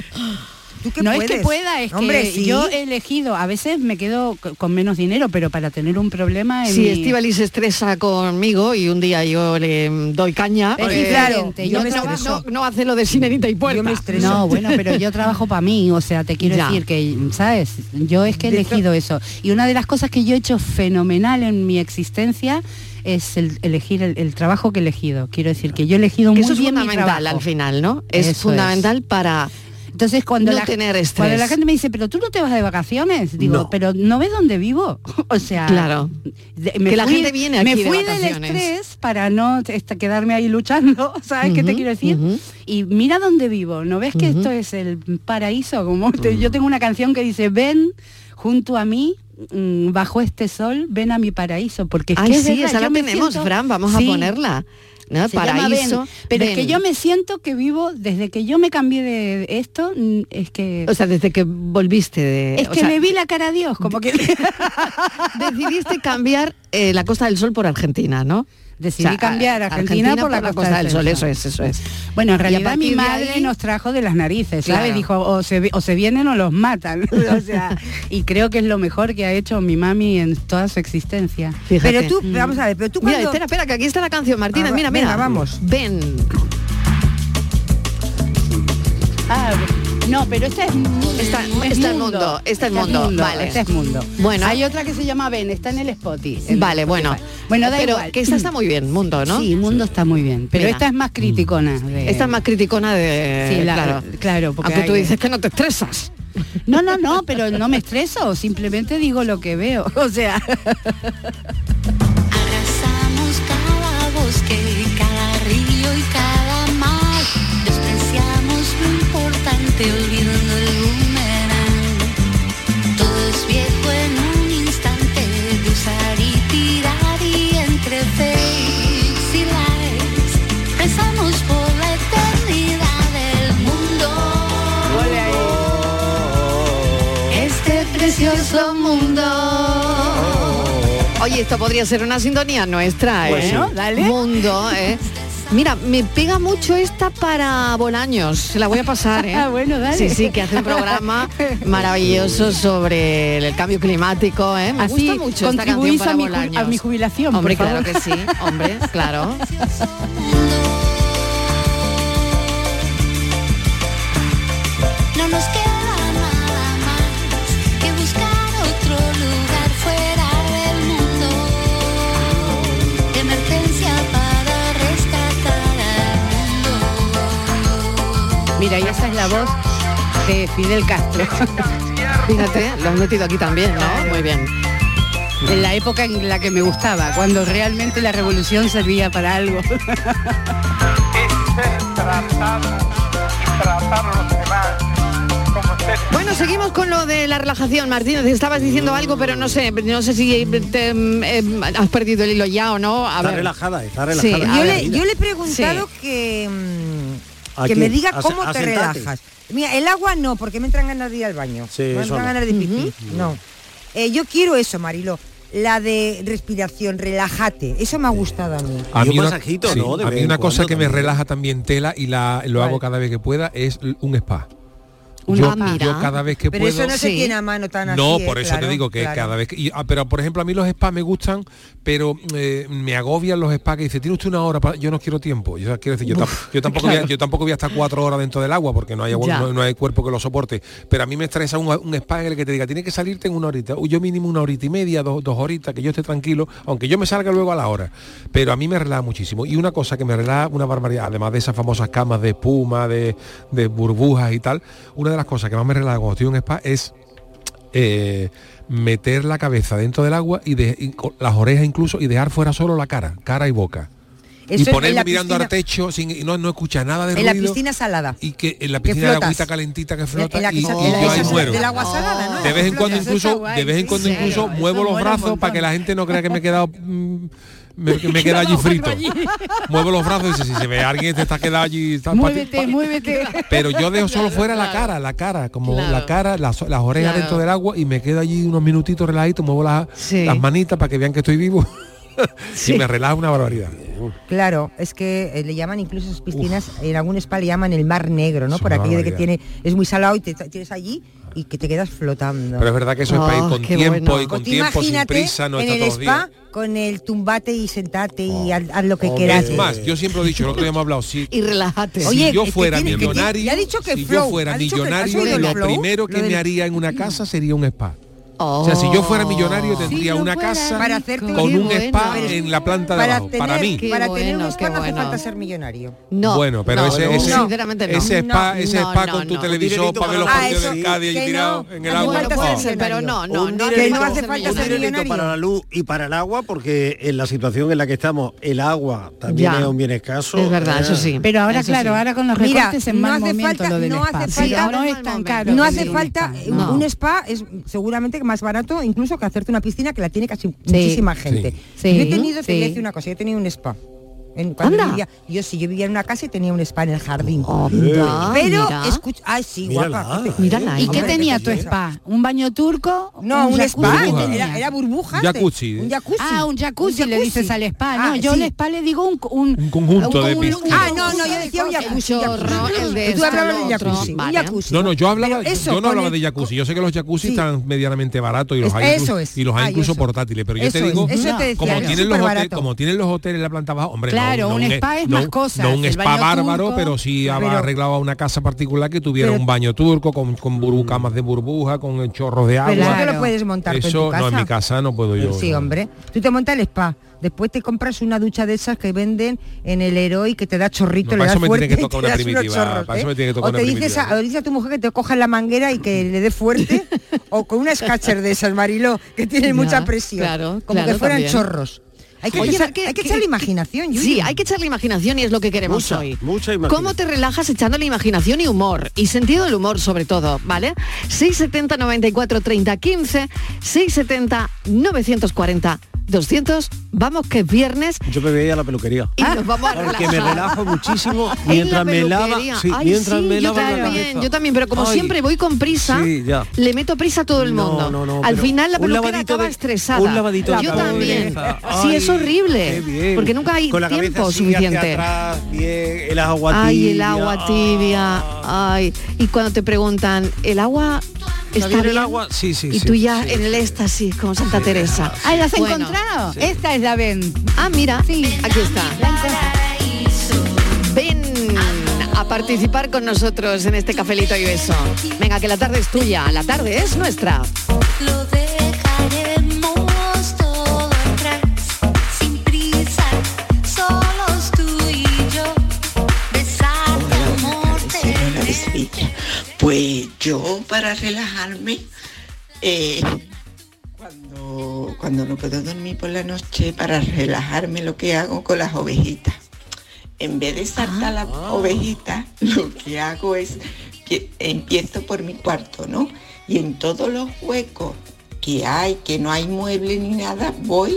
Speaker 4: Tú que
Speaker 6: no
Speaker 4: puedes.
Speaker 6: es que pueda, es
Speaker 4: Hombre,
Speaker 6: que
Speaker 4: sí.
Speaker 6: yo he elegido, a veces me quedo co- con menos dinero, pero para tener un problema en
Speaker 3: Si
Speaker 6: mi-
Speaker 3: Estivali se estresa conmigo y un día yo le mm, doy caña,
Speaker 6: Es
Speaker 3: eh,
Speaker 6: diferente,
Speaker 3: no,
Speaker 6: yo me
Speaker 3: traba-
Speaker 4: estreso.
Speaker 3: no- no hace lo de sirenita y puerta.
Speaker 4: Yo me estreso.
Speaker 6: No, bueno, pero yo trabajo para mí, o sea, te quiero
Speaker 3: Ya.
Speaker 6: decir que, ¿sabes? Yo es que he
Speaker 4: De
Speaker 6: elegido eso. Y una de las cosas que yo he hecho fenomenal en mi existencia es el, elegir el, el trabajo que he elegido. Quiero decir que yo he elegido
Speaker 3: Que
Speaker 6: muy
Speaker 3: eso es
Speaker 6: bien mi
Speaker 3: fundamental
Speaker 6: trabajo.
Speaker 3: al final, ¿no? Es
Speaker 6: Eso es.
Speaker 3: fundamental para...
Speaker 6: Entonces cuando
Speaker 3: No
Speaker 6: la,
Speaker 3: tener estrés.
Speaker 6: cuando la gente me dice, pero tú no te vas de vacaciones, digo,
Speaker 9: No.
Speaker 6: pero no ves dónde vivo, o sea,
Speaker 3: Claro.
Speaker 6: de-
Speaker 3: Que la gente viene
Speaker 6: me
Speaker 3: aquí de
Speaker 6: fui del
Speaker 3: vacaciones.
Speaker 6: estrés para no esta- quedarme ahí luchando, ¿sabes qué te
Speaker 3: Ujú,
Speaker 6: quiero decir?
Speaker 3: ujú.
Speaker 6: Y mira dónde vivo, ¿no ves que esto es el paraíso? Como te- yo tengo una canción que dice, ven junto a mí. mm, Bajo este sol, ven a mi paraíso, porque es
Speaker 3: Ay,
Speaker 6: que es
Speaker 3: sí,
Speaker 6: verdad,
Speaker 3: esa
Speaker 6: yo
Speaker 3: la
Speaker 6: me
Speaker 3: tenemos,
Speaker 6: siento-
Speaker 3: Fran, vamos
Speaker 6: Sí.
Speaker 3: a ponerla. ¿no?
Speaker 6: Se llama
Speaker 3: Paraíso.
Speaker 6: Ben. pero es que
Speaker 3: Ben.
Speaker 6: yo me siento que vivo desde que yo me cambié de esto, mm, es que
Speaker 3: O sea, desde que volviste de...
Speaker 6: es
Speaker 3: o
Speaker 6: que
Speaker 3: sea,
Speaker 6: le vi la cara a Dios, como que
Speaker 3: Decidiste cambiar eh, la Costa del Sol por Argentina, ¿no?
Speaker 6: decidí
Speaker 3: O sea,
Speaker 6: cambiar Argentina, por la, Costa, del Sol.
Speaker 3: Eso es, eso es.
Speaker 6: Bueno, en
Speaker 3: Y a
Speaker 6: realidad
Speaker 3: partir
Speaker 6: mi
Speaker 3: de
Speaker 6: madre
Speaker 3: ahí-
Speaker 6: nos trajo de las narices, ¿sabes?
Speaker 3: Claro.
Speaker 6: Dijo, o se, vi- o se vienen o los matan. o sea, y creo que es lo mejor que ha hecho mi mami en toda su existencia.
Speaker 3: Fíjate. Mm.
Speaker 4: Pero tú, vamos a ver, pero tú
Speaker 3: Mira,
Speaker 4: cuando...
Speaker 3: espera, espera, que aquí está la canción, Martina,
Speaker 4: Ah, va-
Speaker 3: mira, mira.
Speaker 4: venga, vamos.
Speaker 3: Ven.
Speaker 6: Ah, No, pero esta es,
Speaker 3: Esta- esta es mundo, esta es mundo, vale.
Speaker 6: Esta es mundo.
Speaker 3: Bueno.
Speaker 6: Hay otra que se llama Ben, está en el Spotify. en
Speaker 3: Vale,
Speaker 6: Spotify.
Speaker 3: bueno.
Speaker 6: Bueno, da
Speaker 3: pero
Speaker 6: igual.
Speaker 3: que esta está muy bien, Mundo, ¿no?
Speaker 6: Sí, mundo está muy bien. Pero
Speaker 3: Mira.
Speaker 6: esta es más criticona. de-
Speaker 3: Esta es más criticona de...
Speaker 6: Sí, la-
Speaker 3: claro.
Speaker 6: claro, porque
Speaker 3: Aunque tú
Speaker 6: hay-
Speaker 3: dices que no te estresas.
Speaker 6: No, no, no, pero no me estreso, simplemente digo lo que veo. O sea,
Speaker 9: Abrazamos cada bosque, cada río y cada mar. Despreciamos lo importante, olvidando el boomerang. Todo es viejo en un instante de usar y tirar y entre fakes y likes. Rezamos por la eternidad del mundo. Este precioso mundo.
Speaker 3: Oye, esto podría ser una sintonía nuestra, ¿eh?
Speaker 6: Bueno, dale.
Speaker 3: Mundo, ¿eh? Mira, me pega mucho esta para Bolaños. Se la voy a pasar, ¿eh?
Speaker 6: Ah, bueno, dale.
Speaker 3: Sí, sí, que hace un programa maravilloso sobre el cambio climático, ¿eh? Me
Speaker 6: así
Speaker 3: gusta mucho esta canción
Speaker 6: Ah, contribuís
Speaker 3: para
Speaker 6: a mi, ju-
Speaker 3: Bolaños.
Speaker 6: a mi jubilación.
Speaker 3: Hombre,
Speaker 6: por
Speaker 3: claro
Speaker 6: favor.
Speaker 3: que sí, hombre, claro.
Speaker 9: No nos queda nada más que buscar otro lugar fuera del mundo. Emergencia para rescatar al mundo.
Speaker 6: Mira, y esa es la voz de Fidel Castro.
Speaker 3: Fíjate, lo has metido aquí también, ¿no? Muy bien.
Speaker 6: en la época en la que me gustaba, cuando realmente la revolución servía para algo.
Speaker 3: Bueno, seguimos con lo de la relajación, Martínez. Estabas diciendo algo, pero no sé, no sé si te, mm, eh, has perdido el hilo ya o no. A
Speaker 10: Está
Speaker 3: ver.
Speaker 10: relajada, está
Speaker 3: Sí,
Speaker 10: relajada.
Speaker 3: a
Speaker 4: Yo
Speaker 3: ver,
Speaker 4: le, yo le he preguntado que, mm,
Speaker 10: ¿A
Speaker 4: que
Speaker 10: quién?
Speaker 4: me diga
Speaker 10: A-
Speaker 4: cómo
Speaker 10: a
Speaker 4: te
Speaker 10: sentarte.
Speaker 4: relajas. Mira, el agua no, porque me entran ganas de ir al baño.
Speaker 10: Sí,
Speaker 4: me
Speaker 10: eso
Speaker 4: entran
Speaker 10: no.
Speaker 4: ganas de pipí. No. Eh, yo quiero eso, Marilo. La de respiración, relájate. Eso me ha gustado a mí.
Speaker 5: A
Speaker 10: Y
Speaker 5: mí
Speaker 10: un
Speaker 5: una,
Speaker 10: masajito,
Speaker 5: sí,
Speaker 10: ¿no? De
Speaker 5: a mí
Speaker 10: vez en
Speaker 5: una cosa
Speaker 10: cuando
Speaker 5: que me
Speaker 10: también.
Speaker 5: relaja también tela y la, lo hago cada vez que pueda es l- un spa.
Speaker 3: Un
Speaker 5: yo,
Speaker 3: spa.
Speaker 5: yo cada vez que
Speaker 4: Pero
Speaker 5: puedo...
Speaker 4: eso no se
Speaker 3: sí.
Speaker 4: tiene a mano tan así.
Speaker 5: No,
Speaker 4: eh,
Speaker 5: por eso
Speaker 4: claro,
Speaker 5: te digo que
Speaker 4: claro.
Speaker 5: cada vez que... y- ah, pero por ejemplo, a mí los spas me gustan, pero eh, me agobian los spas que dice, tiene usted una hora, para-". yo no quiero tiempo. Yo, quiero decir, yo, tam- yo tampoco voy a, yo tampoco voy a estar cuatro horas dentro del agua porque no hay, agua-
Speaker 3: Ya.
Speaker 5: no, no hay cuerpo que lo soporte. Pero a mí me estresa un, un spa en el que te diga, tiene que salirte en una horita. Uy, Yo mínimo una horita y media, dos, dos horitas, que yo esté tranquilo, aunque yo me salga luego a la hora. Pero a mí me relaja muchísimo. Y una cosa que me relaja, una barbaridad, además de esas famosas camas de espuma, de, de burbujas y tal, una de las cosas que más me relaja cuando estoy en un spa es eh, meter la cabeza dentro del agua y, de, y con las orejas incluso y dejar fuera solo la cara, cara y boca.
Speaker 4: Eso es
Speaker 5: y
Speaker 4: en
Speaker 5: ponerme
Speaker 4: la
Speaker 5: mirando
Speaker 4: piscina-
Speaker 5: al techo sin y no, no escuchar nada de
Speaker 4: En la
Speaker 5: ruido.
Speaker 4: piscina salada.
Speaker 5: y que en la
Speaker 4: que
Speaker 5: piscina de
Speaker 4: flotas.
Speaker 5: agüita calentita que flota
Speaker 4: En la
Speaker 5: y,
Speaker 4: que se-
Speaker 5: y
Speaker 4: en la que
Speaker 5: yo ahí
Speaker 4: se-
Speaker 5: muero.
Speaker 4: Del agua salada, ¿no?
Speaker 5: De vez en cuando
Speaker 6: Eso está
Speaker 5: incluso,
Speaker 6: guay,
Speaker 5: de vez en
Speaker 6: sí,
Speaker 5: cuando
Speaker 6: sí.
Speaker 5: incluso
Speaker 6: Eso
Speaker 5: muevo los
Speaker 6: mola un
Speaker 5: brazos para
Speaker 6: montón.
Speaker 5: que la gente no crea que me he quedado mm, me, que me he quedado allí frito. Muevo los brazos y dice, si se ve alguien te está quedado allí está pa-
Speaker 6: muévete,
Speaker 5: pa-
Speaker 6: muévete.
Speaker 5: pero yo dejo solo fuera la
Speaker 3: claro.
Speaker 5: cara, la cara, como
Speaker 3: Claro.
Speaker 5: la cara, las, las orejas
Speaker 3: Claro.
Speaker 5: dentro del agua y me quedo allí unos minutitos relajadito, muevo las,
Speaker 3: Sí.
Speaker 5: las manitas para que vean que estoy vivo y me relaja una barbaridad.
Speaker 4: Claro, es que eh, le llaman incluso esas piscinas, en algún spa le llaman el mar negro, ¿no?
Speaker 5: Es
Speaker 4: Por
Speaker 5: una
Speaker 4: aquello de que
Speaker 5: barbaridad.
Speaker 4: tiene, es muy salado y te ta- tienes allí y que te quedas flotando.
Speaker 5: Pero es verdad que eso es para ir
Speaker 3: Oh,
Speaker 5: con
Speaker 3: qué
Speaker 5: tiempo
Speaker 3: bueno.
Speaker 5: y con
Speaker 4: Pues tú
Speaker 5: tiempo, sin
Speaker 4: imagínate
Speaker 5: prisa, no
Speaker 4: en
Speaker 5: está
Speaker 4: el
Speaker 5: todos los días. Oh,
Speaker 4: spa con el tumbate y sentate y haz, haz lo que
Speaker 10: Hombre,
Speaker 4: quieras.
Speaker 5: Es más, yo siempre he dicho, el otro día hemos hablado, sí.
Speaker 3: Y relájate.
Speaker 5: si
Speaker 4: Oye,
Speaker 5: yo
Speaker 4: es que
Speaker 5: fuera
Speaker 4: tiene- que tiene-
Speaker 5: millonario,
Speaker 4: ya ha dicho que
Speaker 5: si yo
Speaker 4: flow,
Speaker 5: fuera
Speaker 4: ha dicho que- ¿has
Speaker 5: millonario,
Speaker 4: oído
Speaker 5: lo
Speaker 4: el flow?
Speaker 5: primero
Speaker 4: Lo
Speaker 5: que
Speaker 4: del- Oh.
Speaker 5: me haría en una casa sería un spa. O sea, si yo fuera millonario tendría
Speaker 6: lo
Speaker 5: una
Speaker 6: fuera
Speaker 5: casa
Speaker 4: para hacerte
Speaker 5: con
Speaker 3: qué
Speaker 5: un
Speaker 3: bueno.
Speaker 5: spa en la planta de
Speaker 4: para
Speaker 5: abajo.
Speaker 4: tener,
Speaker 5: Para mí.
Speaker 3: Qué
Speaker 4: para tener
Speaker 3: bueno,
Speaker 4: un spa
Speaker 3: qué
Speaker 4: no hace
Speaker 3: bueno.
Speaker 4: falta ser millonario.
Speaker 3: No,
Speaker 5: bueno, pero
Speaker 3: no,
Speaker 5: ese,
Speaker 3: no,
Speaker 5: ese,
Speaker 3: sinceramente no.
Speaker 5: ese spa,
Speaker 3: No,
Speaker 5: ese
Speaker 3: no,
Speaker 5: spa
Speaker 3: no,
Speaker 5: con tu
Speaker 3: no.
Speaker 5: televisor
Speaker 10: Dinerito
Speaker 5: para ver los
Speaker 10: para- Ah,
Speaker 5: partidos
Speaker 10: eso,
Speaker 5: del Cádiz
Speaker 4: que
Speaker 5: tirado
Speaker 4: no,
Speaker 5: en el
Speaker 4: hace
Speaker 5: agua.
Speaker 3: Bueno,
Speaker 4: falta
Speaker 5: Oh.
Speaker 3: puede
Speaker 4: ser
Speaker 3: ser, pero no, no,
Speaker 10: Un
Speaker 3: no,
Speaker 10: dinerito-
Speaker 4: que no hace falta
Speaker 10: un
Speaker 4: ser
Speaker 10: dinerito
Speaker 4: millonario.
Speaker 10: para la luz y para el agua, porque en la situación en la que estamos, el agua también
Speaker 3: Ya.
Speaker 10: es un bien escaso.
Speaker 3: Es verdad,
Speaker 10: Eh,
Speaker 3: eso sí.
Speaker 6: Pero ahora,
Speaker 3: Eso
Speaker 6: claro,
Speaker 3: sí.
Speaker 6: ahora con los
Speaker 4: Mira,
Speaker 6: recortes en
Speaker 4: no
Speaker 6: mal
Speaker 4: hace
Speaker 6: momento
Speaker 4: falta-
Speaker 6: lo del
Speaker 4: no hace
Speaker 6: spa. Sí,
Speaker 4: falta-
Speaker 6: no es tan caro.
Speaker 4: No
Speaker 6: tener
Speaker 4: hace
Speaker 6: un
Speaker 4: falta
Speaker 6: spa.
Speaker 3: No.
Speaker 4: un spa es seguramente más barato incluso que hacerte una piscina que la tiene casi muchísima gente.
Speaker 6: Sí.
Speaker 4: Yo he tenido, te voy a
Speaker 6: Sí.
Speaker 4: decir una cosa, yo he tenido un spa. En, cuando
Speaker 3: Anda.
Speaker 4: vivía- yo sí, yo vivía en una casa y tenía un spa en el jardín.
Speaker 3: Anda,
Speaker 4: pero
Speaker 3: mira.
Speaker 4: escucha, ay sí, guapa.
Speaker 10: Mírala.
Speaker 3: Mírala ahí.
Speaker 6: ¿Y qué
Speaker 4: Hombre,
Speaker 6: tenía
Speaker 4: que
Speaker 6: tu
Speaker 4: te-
Speaker 6: spa? ¿Un baño turco?
Speaker 4: No, un,
Speaker 6: jacuzzi?
Speaker 4: spa,
Speaker 5: burbuja.
Speaker 4: era, era burbujas. de-
Speaker 5: Jacuzzi.
Speaker 4: Un jacuzzi.
Speaker 6: Ah, un jacuzzi, le dices al spa. No,
Speaker 4: Ah,
Speaker 6: yo
Speaker 4: sí.
Speaker 6: al spa le digo un... Un,
Speaker 5: Un conjunto de piscinas.
Speaker 4: Ah, no, no, yo decía un jacuzzi. un jacuzzi.
Speaker 3: chorro, el de
Speaker 4: Tú
Speaker 3: esto,
Speaker 4: hablabas
Speaker 3: lo
Speaker 4: de
Speaker 3: otro,
Speaker 4: jacuzzi. Un
Speaker 3: vale.
Speaker 4: jacuzzi.
Speaker 5: No, no, yo hablaba,
Speaker 4: Pero eso
Speaker 5: yo no
Speaker 4: con
Speaker 5: hablaba
Speaker 4: el-
Speaker 5: de jacuzzi. Yo sé que los jacuzzi
Speaker 4: Sí.
Speaker 5: están medianamente baratos y los
Speaker 4: Es-
Speaker 5: hay
Speaker 4: eso
Speaker 5: incluso,
Speaker 4: es.
Speaker 5: y los hay
Speaker 4: Ay,
Speaker 5: incluso
Speaker 4: eso.
Speaker 5: portátiles, pero yo
Speaker 4: Eso
Speaker 5: te
Speaker 4: es,
Speaker 5: digo,
Speaker 4: eso te decía,
Speaker 5: como
Speaker 4: es
Speaker 5: tienen los hoteles,
Speaker 4: superbarato.
Speaker 5: como tienen los hoteles en la planta baja, hombre,
Speaker 6: Claro, un spa es más cosas,
Speaker 5: No un
Speaker 6: el
Speaker 5: spa
Speaker 6: baño
Speaker 5: bárbaro,
Speaker 6: turco,
Speaker 5: pero sí ha-
Speaker 6: pero-
Speaker 5: arreglaba una casa particular que tuviera
Speaker 6: Pero-
Speaker 5: un baño turco con, con burbu- camas de burbuja, con eh, chorros de agua.
Speaker 4: Pero eso te lo puedes montar tú en
Speaker 5: Eso
Speaker 4: tu
Speaker 5: no en
Speaker 4: casa.
Speaker 5: mi casa no puedo yo.
Speaker 4: Sí,
Speaker 5: no.
Speaker 4: hombre. Tú te montas el spa. Después te compras una ducha de esas que venden en el Heroi que te da chorrito,
Speaker 5: No,
Speaker 4: le
Speaker 5: para
Speaker 4: das
Speaker 5: eso me tiene
Speaker 4: fuerte
Speaker 5: que
Speaker 4: y
Speaker 5: tocar
Speaker 4: te
Speaker 5: una
Speaker 4: das unos
Speaker 5: primitiva,
Speaker 4: chorros,
Speaker 5: para eso
Speaker 4: ¿eh?
Speaker 5: me tiene que tocar
Speaker 4: O
Speaker 5: una
Speaker 4: te dices
Speaker 5: primitiva.
Speaker 4: a, le dices a tu mujer que te coja la manguera y que le dé fuerte o con una escácher de esas, Mariló, que tienen
Speaker 3: Ya,
Speaker 4: mucha presión.
Speaker 3: claro,
Speaker 4: como
Speaker 3: claro,
Speaker 4: que fueran
Speaker 3: también.
Speaker 4: chorros. Hay que,
Speaker 3: Oye,
Speaker 4: echar,
Speaker 3: ¿qué-
Speaker 4: hay que
Speaker 3: qué-
Speaker 4: echar la imaginación, Yuyu.
Speaker 3: Sí, hay que echarle imaginación y es lo que queremos
Speaker 10: Mucha,
Speaker 3: hoy.
Speaker 10: mucha imaginación.
Speaker 3: ¿Cómo te relajas echándole imaginación y humor? Y sentido del humor sobre todo, ¿vale? 670 94 30 15, 670 940 200. Vamos que es viernes
Speaker 10: Yo me veía a la peluquería.
Speaker 3: y nos vamos a relajar.
Speaker 10: Ah, Porque me relajo muchísimo
Speaker 3: En
Speaker 10: mientras
Speaker 3: la
Speaker 10: me lava.
Speaker 3: peluquería.
Speaker 10: Sí,
Speaker 3: Ay,
Speaker 10: mientras
Speaker 3: sí,
Speaker 10: me
Speaker 3: yo
Speaker 10: lava la
Speaker 3: también,
Speaker 10: cabeza.
Speaker 3: yo también, pero como
Speaker 10: Ay,
Speaker 3: siempre voy con prisa,
Speaker 10: sí, ya.
Speaker 3: le meto prisa a todo el
Speaker 10: No,
Speaker 3: mundo.
Speaker 10: no, no,
Speaker 3: Al
Speaker 10: pero
Speaker 3: final la
Speaker 10: un
Speaker 3: peluquera
Speaker 10: lavadito
Speaker 3: acaba
Speaker 10: de-
Speaker 3: estresada.
Speaker 10: un lavadito de
Speaker 3: yo
Speaker 10: cabeza.
Speaker 3: también. sí,
Speaker 10: Ay,
Speaker 3: es horrible.
Speaker 10: qué bien.
Speaker 3: Porque nunca hay
Speaker 10: Con la cabeza
Speaker 3: tiempo
Speaker 10: así hacia
Speaker 3: suficiente.
Speaker 10: atrás, bien, el agua tibia.
Speaker 3: Ay, el agua tibia. Ay, y cuando te preguntan, ¿el agua está
Speaker 10: bien el
Speaker 3: bien?
Speaker 10: agua? Sí, sí,
Speaker 3: Y
Speaker 10: sí,
Speaker 3: tú ya
Speaker 10: sí,
Speaker 3: en el éxtasis, como Santa Teresa.
Speaker 6: Ah, ¿la has
Speaker 3: Bueno.
Speaker 6: encontrado? Esta es la Ben.
Speaker 3: Ah, mira, aquí está.
Speaker 6: La encontré.
Speaker 3: Ven a participar con nosotros en este cafelito y beso. Venga, que la tarde es tuya, la tarde es nuestra.
Speaker 9: Lo dejaremos todo atrás, sin prisa, solos tú y yo. Besarte, amor, tenerte.
Speaker 11: Pues yo para relajarme, eh, cuando, cuando no puedo dormir por la noche, para relajarme lo que hago con las ovejitas. En vez de saltar
Speaker 6: Ah.
Speaker 11: las ovejitas, lo que hago es que empiezo por mi cuarto, ¿no? Y en todos los huecos que hay, que no hay mueble ni nada, voy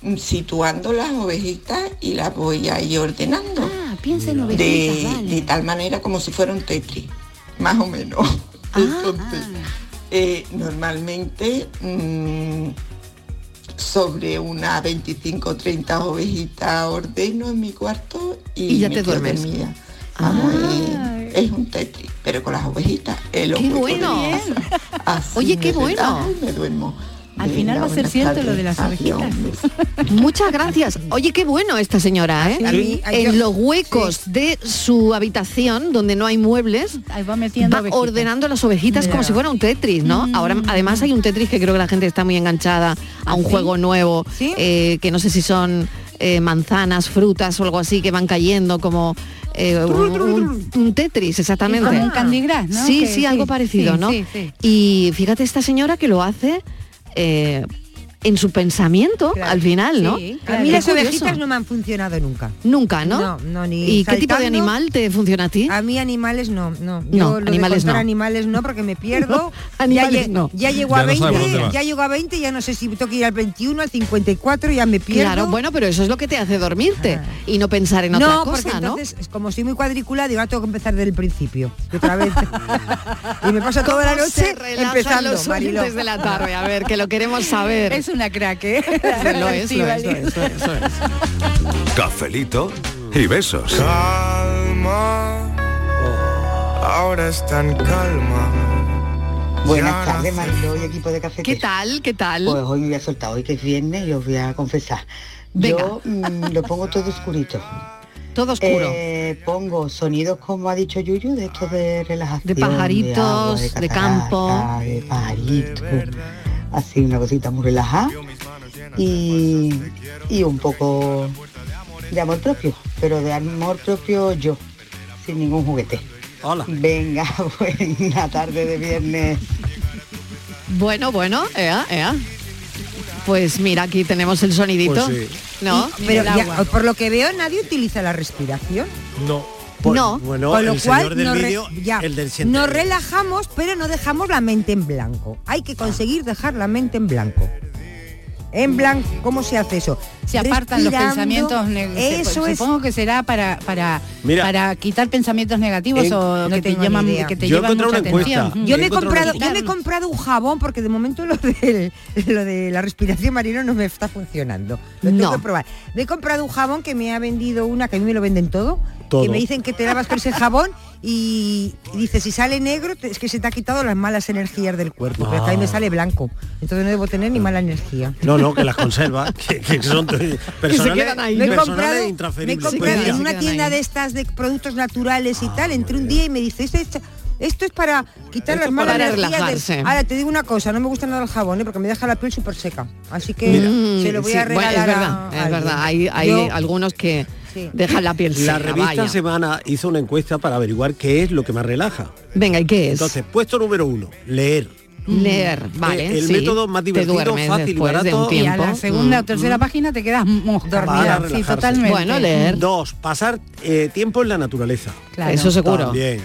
Speaker 11: mm, situando las ovejitas y las voy ahí ordenando
Speaker 6: Ah, piensa en
Speaker 11: de,
Speaker 6: ovejitas,
Speaker 11: de
Speaker 6: vale.
Speaker 11: tal manera como si fuera un Tetris, más o menos. Entonces,
Speaker 6: Ah.
Speaker 11: eh, normalmente mm, sobre una 25 o 30 ovejitas ordeno en mi cuarto y,
Speaker 3: Y ya
Speaker 11: me
Speaker 3: te
Speaker 11: quedo
Speaker 3: duermes.
Speaker 11: dormida. Vamos, eh, es un Tetris, pero con las ovejitas. eh, los
Speaker 3: ¡Qué
Speaker 11: huecos de
Speaker 3: bueno!
Speaker 11: mi casa. Así
Speaker 3: Oye, qué
Speaker 11: me
Speaker 3: bueno.
Speaker 11: relajo y Me duermo.
Speaker 6: Al final va a ser
Speaker 11: buenas
Speaker 6: cierto lo de
Speaker 11: tardes.
Speaker 6: las
Speaker 11: Adiós,
Speaker 6: ovejitas.
Speaker 11: un beso.
Speaker 3: Muchas gracias. Oye, qué bueno esta señora, ¿eh?
Speaker 4: A mí- a yo-
Speaker 3: En los huecos de su habitación, donde no hay muebles,
Speaker 6: Ahí va metiendo
Speaker 3: va
Speaker 6: ovejitas. Mm.
Speaker 3: ordenando las ovejitas como
Speaker 4: Ya.
Speaker 3: si fuera un Tetris, ¿no? Ahora, además hay un Tetris que creo que la gente está muy enganchada a un
Speaker 6: ¿Ah,
Speaker 3: juego nuevo,
Speaker 4: ¿Sí?
Speaker 3: eh, que no sé si son eh, manzanas, frutas o algo así que van cayendo como eh, un, un- un Tetris, exactamente.
Speaker 6: Como un Candy Crush, ¿no?
Speaker 3: Sí,
Speaker 6: Que-
Speaker 3: sí, algo parecido,
Speaker 6: sí,
Speaker 3: ¿no?
Speaker 6: sí, sí.
Speaker 3: Y fíjate esta señora que lo hace eh, en su pensamiento
Speaker 4: Claro.
Speaker 3: al final, ¿no?
Speaker 6: Sí,
Speaker 4: A mí
Speaker 3: Qué
Speaker 4: las
Speaker 3: curioso.
Speaker 4: ovejitas no me han funcionado nunca.
Speaker 3: Nunca, ¿no?
Speaker 4: No, no, ni
Speaker 3: ¿Y qué tipo de
Speaker 4: saltando.
Speaker 3: animal te funciona a ti?
Speaker 4: A mí animales no, no. Yo
Speaker 3: No,
Speaker 4: lo de
Speaker 3: animales
Speaker 4: contar
Speaker 3: no.
Speaker 4: animales no porque me pierdo. ya,
Speaker 3: animales
Speaker 4: lle-
Speaker 3: no.
Speaker 4: ya llego a
Speaker 5: Ya no sabes
Speaker 4: 20,
Speaker 5: por dónde vas.
Speaker 4: ya llego a 20, ya no sé si tengo que ir al 21, al 54, ya me pierdo.
Speaker 3: Claro, bueno, pero eso es lo que te hace dormirte
Speaker 4: Ah.
Speaker 3: y no pensar en otra
Speaker 4: no, porque
Speaker 3: cosa, ¿no?
Speaker 4: entonces, es como soy muy cuadriculada, digo, ahora tengo que empezar del principio. Y otra vez. y me paso toda la
Speaker 3: ¿Cómo se
Speaker 4: noche
Speaker 3: relajan
Speaker 4: empezando,
Speaker 3: los
Speaker 4: Mariló.
Speaker 3: oyentes de la tarde, a ver, que lo queremos saber.
Speaker 6: Es una crack, ¿eh?
Speaker 3: Lo es, lo es, lo es, lo es, lo es.
Speaker 1: Cafelito y besos.
Speaker 12: Calma, ahora está en calma.
Speaker 11: Buenas tardes, Mariló y equipo de café.
Speaker 3: ¿Qué tal? ¿Qué
Speaker 11: Pues
Speaker 3: tal?
Speaker 11: hoy me voy a soltar, hoy que es viernes y os voy a confesar. Yo mm, lo pongo todo oscurito.
Speaker 3: Todo oscuro.
Speaker 11: Eh, pongo sonidos, como ha dicho Yuyu, de estos de relajación.
Speaker 3: De pajaritos,
Speaker 11: agua,
Speaker 3: de
Speaker 11: catarata,
Speaker 3: campo.
Speaker 11: De pajaritos. Así, una cosita muy relajada. Y, y un poco de amor propio, pero de amor propio yo, sin ningún juguete.
Speaker 10: Hola.
Speaker 11: Venga, buena tarde de viernes.
Speaker 3: Bueno, bueno, ea, ea. Pues mira, aquí tenemos el sonidito.
Speaker 10: Pues sí.
Speaker 3: ¿No?
Speaker 4: Pero
Speaker 3: Del agua.
Speaker 4: ya, por lo que veo, nadie utiliza la respiración.
Speaker 10: No.
Speaker 3: No.
Speaker 10: Bueno,
Speaker 4: Con lo
Speaker 10: el
Speaker 4: cual
Speaker 10: señor del
Speaker 4: nos, re-
Speaker 10: vídeo,
Speaker 4: ya,
Speaker 10: el del
Speaker 4: nos
Speaker 10: científico.
Speaker 4: relajamos, pero no dejamos la mente en blanco. Hay que conseguir dejar la mente en blanco. En blanco, ¿cómo se hace eso?
Speaker 6: Se apartan los
Speaker 4: Respirando,
Speaker 6: pensamientos negativos.
Speaker 4: Eso es.
Speaker 6: Supongo que será para para
Speaker 10: Mira.
Speaker 6: para quitar pensamientos negativos
Speaker 10: En-
Speaker 6: o
Speaker 4: No
Speaker 6: que te
Speaker 4: tengo ni
Speaker 6: llaman
Speaker 4: idea.
Speaker 6: que te
Speaker 10: Yo he
Speaker 6: llevan
Speaker 10: encontrado
Speaker 6: mucha
Speaker 10: una encuesta.
Speaker 6: atención.
Speaker 10: Mm.
Speaker 4: Yo me, he
Speaker 10: Encontrado
Speaker 4: comprado,
Speaker 6: una
Speaker 4: yo me he
Speaker 6: quitarlo.
Speaker 4: comprado un jabón porque de momento lo de, lo de la respiración marino no me está funcionando. Lo tengo
Speaker 3: No.
Speaker 4: que probar. Me he comprado un jabón que me ha vendido una, que a mí me lo venden todo, que
Speaker 13: todo.
Speaker 4: me dicen que te lavas con ese jabón y, y dice, si sale negro, te- es que se te ha quitado las malas energías del cuerpo. Pero es que ahí me
Speaker 10: Ah.
Speaker 4: sale blanco. Entonces no debo tener ni mala energía.
Speaker 10: No, no, que las conserva, que, que son personales,
Speaker 4: Me he
Speaker 10: personales
Speaker 4: comprado,
Speaker 10: e
Speaker 4: me he
Speaker 10: intransferibles.
Speaker 4: comprado
Speaker 10: Pues
Speaker 4: en
Speaker 10: mira.
Speaker 4: una tienda de estas de productos naturales
Speaker 3: Ah,
Speaker 4: y tal, entre un día y me dice, "Este- este- esto es para quitar
Speaker 3: Esto
Speaker 4: las
Speaker 3: es
Speaker 4: malas
Speaker 3: para
Speaker 4: energías.
Speaker 3: relajarse.
Speaker 4: de-". Ahora te digo una cosa, no me gusta nada el jabón, ¿eh? porque me deja la piel súper seca. Así que
Speaker 3: Mm,
Speaker 4: se lo voy
Speaker 3: sí,
Speaker 4: a
Speaker 3: bueno,
Speaker 4: regalar.
Speaker 3: es verdad,
Speaker 4: a
Speaker 3: es
Speaker 4: alguien.
Speaker 3: verdad. Hay, hay
Speaker 4: Yo-
Speaker 3: algunos que dejan la piel
Speaker 10: La
Speaker 3: seca,
Speaker 10: revista
Speaker 3: vaya.
Speaker 10: Semana hizo una encuesta para averiguar qué es lo que más relaja.
Speaker 3: Venga, ¿y qué es?
Speaker 10: Entonces, puesto número uno, leer.
Speaker 3: Leer,
Speaker 10: Mm.
Speaker 3: vale.
Speaker 10: Eh, el
Speaker 3: sí.
Speaker 10: método más
Speaker 3: Te
Speaker 10: divertido,
Speaker 3: duermes
Speaker 10: fácil y
Speaker 3: después de un
Speaker 10: barato. Mm.
Speaker 6: Y a
Speaker 3: tiempo. Mm,
Speaker 6: la segunda o tercera página te quedas mosca.
Speaker 10: Para
Speaker 6: sí,
Speaker 10: relajarse.
Speaker 6: totalmente.
Speaker 10: Dos, pasar eh, tiempo en la naturaleza.
Speaker 6: Claro. Eso seguro.
Speaker 10: También.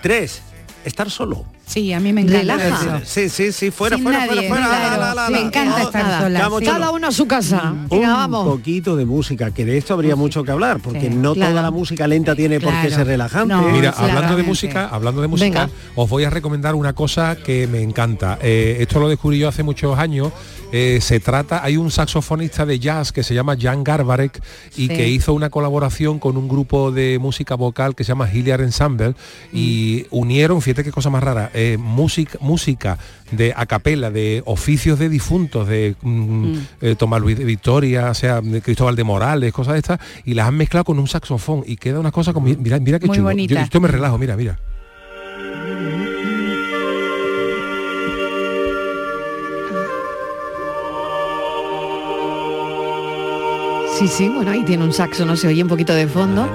Speaker 10: Tres, estar solo.
Speaker 6: Sí, a mí me encanta. eso.
Speaker 10: Sí, sí, sí, fuera,
Speaker 6: Sin
Speaker 10: fuera,
Speaker 6: nadie,
Speaker 10: fuera, fuera. Ah,
Speaker 6: claro.
Speaker 10: la, la, la, Oh,
Speaker 6: Me
Speaker 10: la.
Speaker 6: encanta
Speaker 10: No,
Speaker 6: estar sola,
Speaker 10: estamos
Speaker 6: sí.
Speaker 10: chulos.
Speaker 6: Cada
Speaker 3: uno a su casa.
Speaker 10: Un poquito de música, que de esto habría mucho que hablar, porque no toda la música lenta tiene por qué
Speaker 5: Claro.
Speaker 10: ser relajante.
Speaker 5: Mira, hablando de música, hablando de música, os voy a recomendar una cosa que me encanta. Eh, esto lo descubrí yo hace muchos años. Eh, se trata, hay un saxofonista de jazz que se llama Jan Garbarek y
Speaker 14: Sí.
Speaker 5: que hizo una colaboración con un grupo de música vocal que se llama Hilliard Ensemble y unieron, fíjate qué cosa más rara, eh, música, música de a capela, de oficios de difuntos, de mm, eh, Tomás Luis de Victoria, o sea, de Cristóbal de Morales, cosas de estas, y las han mezclado con un saxofón y queda una cosa como, mira, mira qué
Speaker 6: Muy
Speaker 5: chulo.
Speaker 6: bonita.
Speaker 5: Yo, yo me relajo, mira, mira.
Speaker 3: Sí, sí, bueno, ahí tiene un saxo, no se oye un poquito de fondo.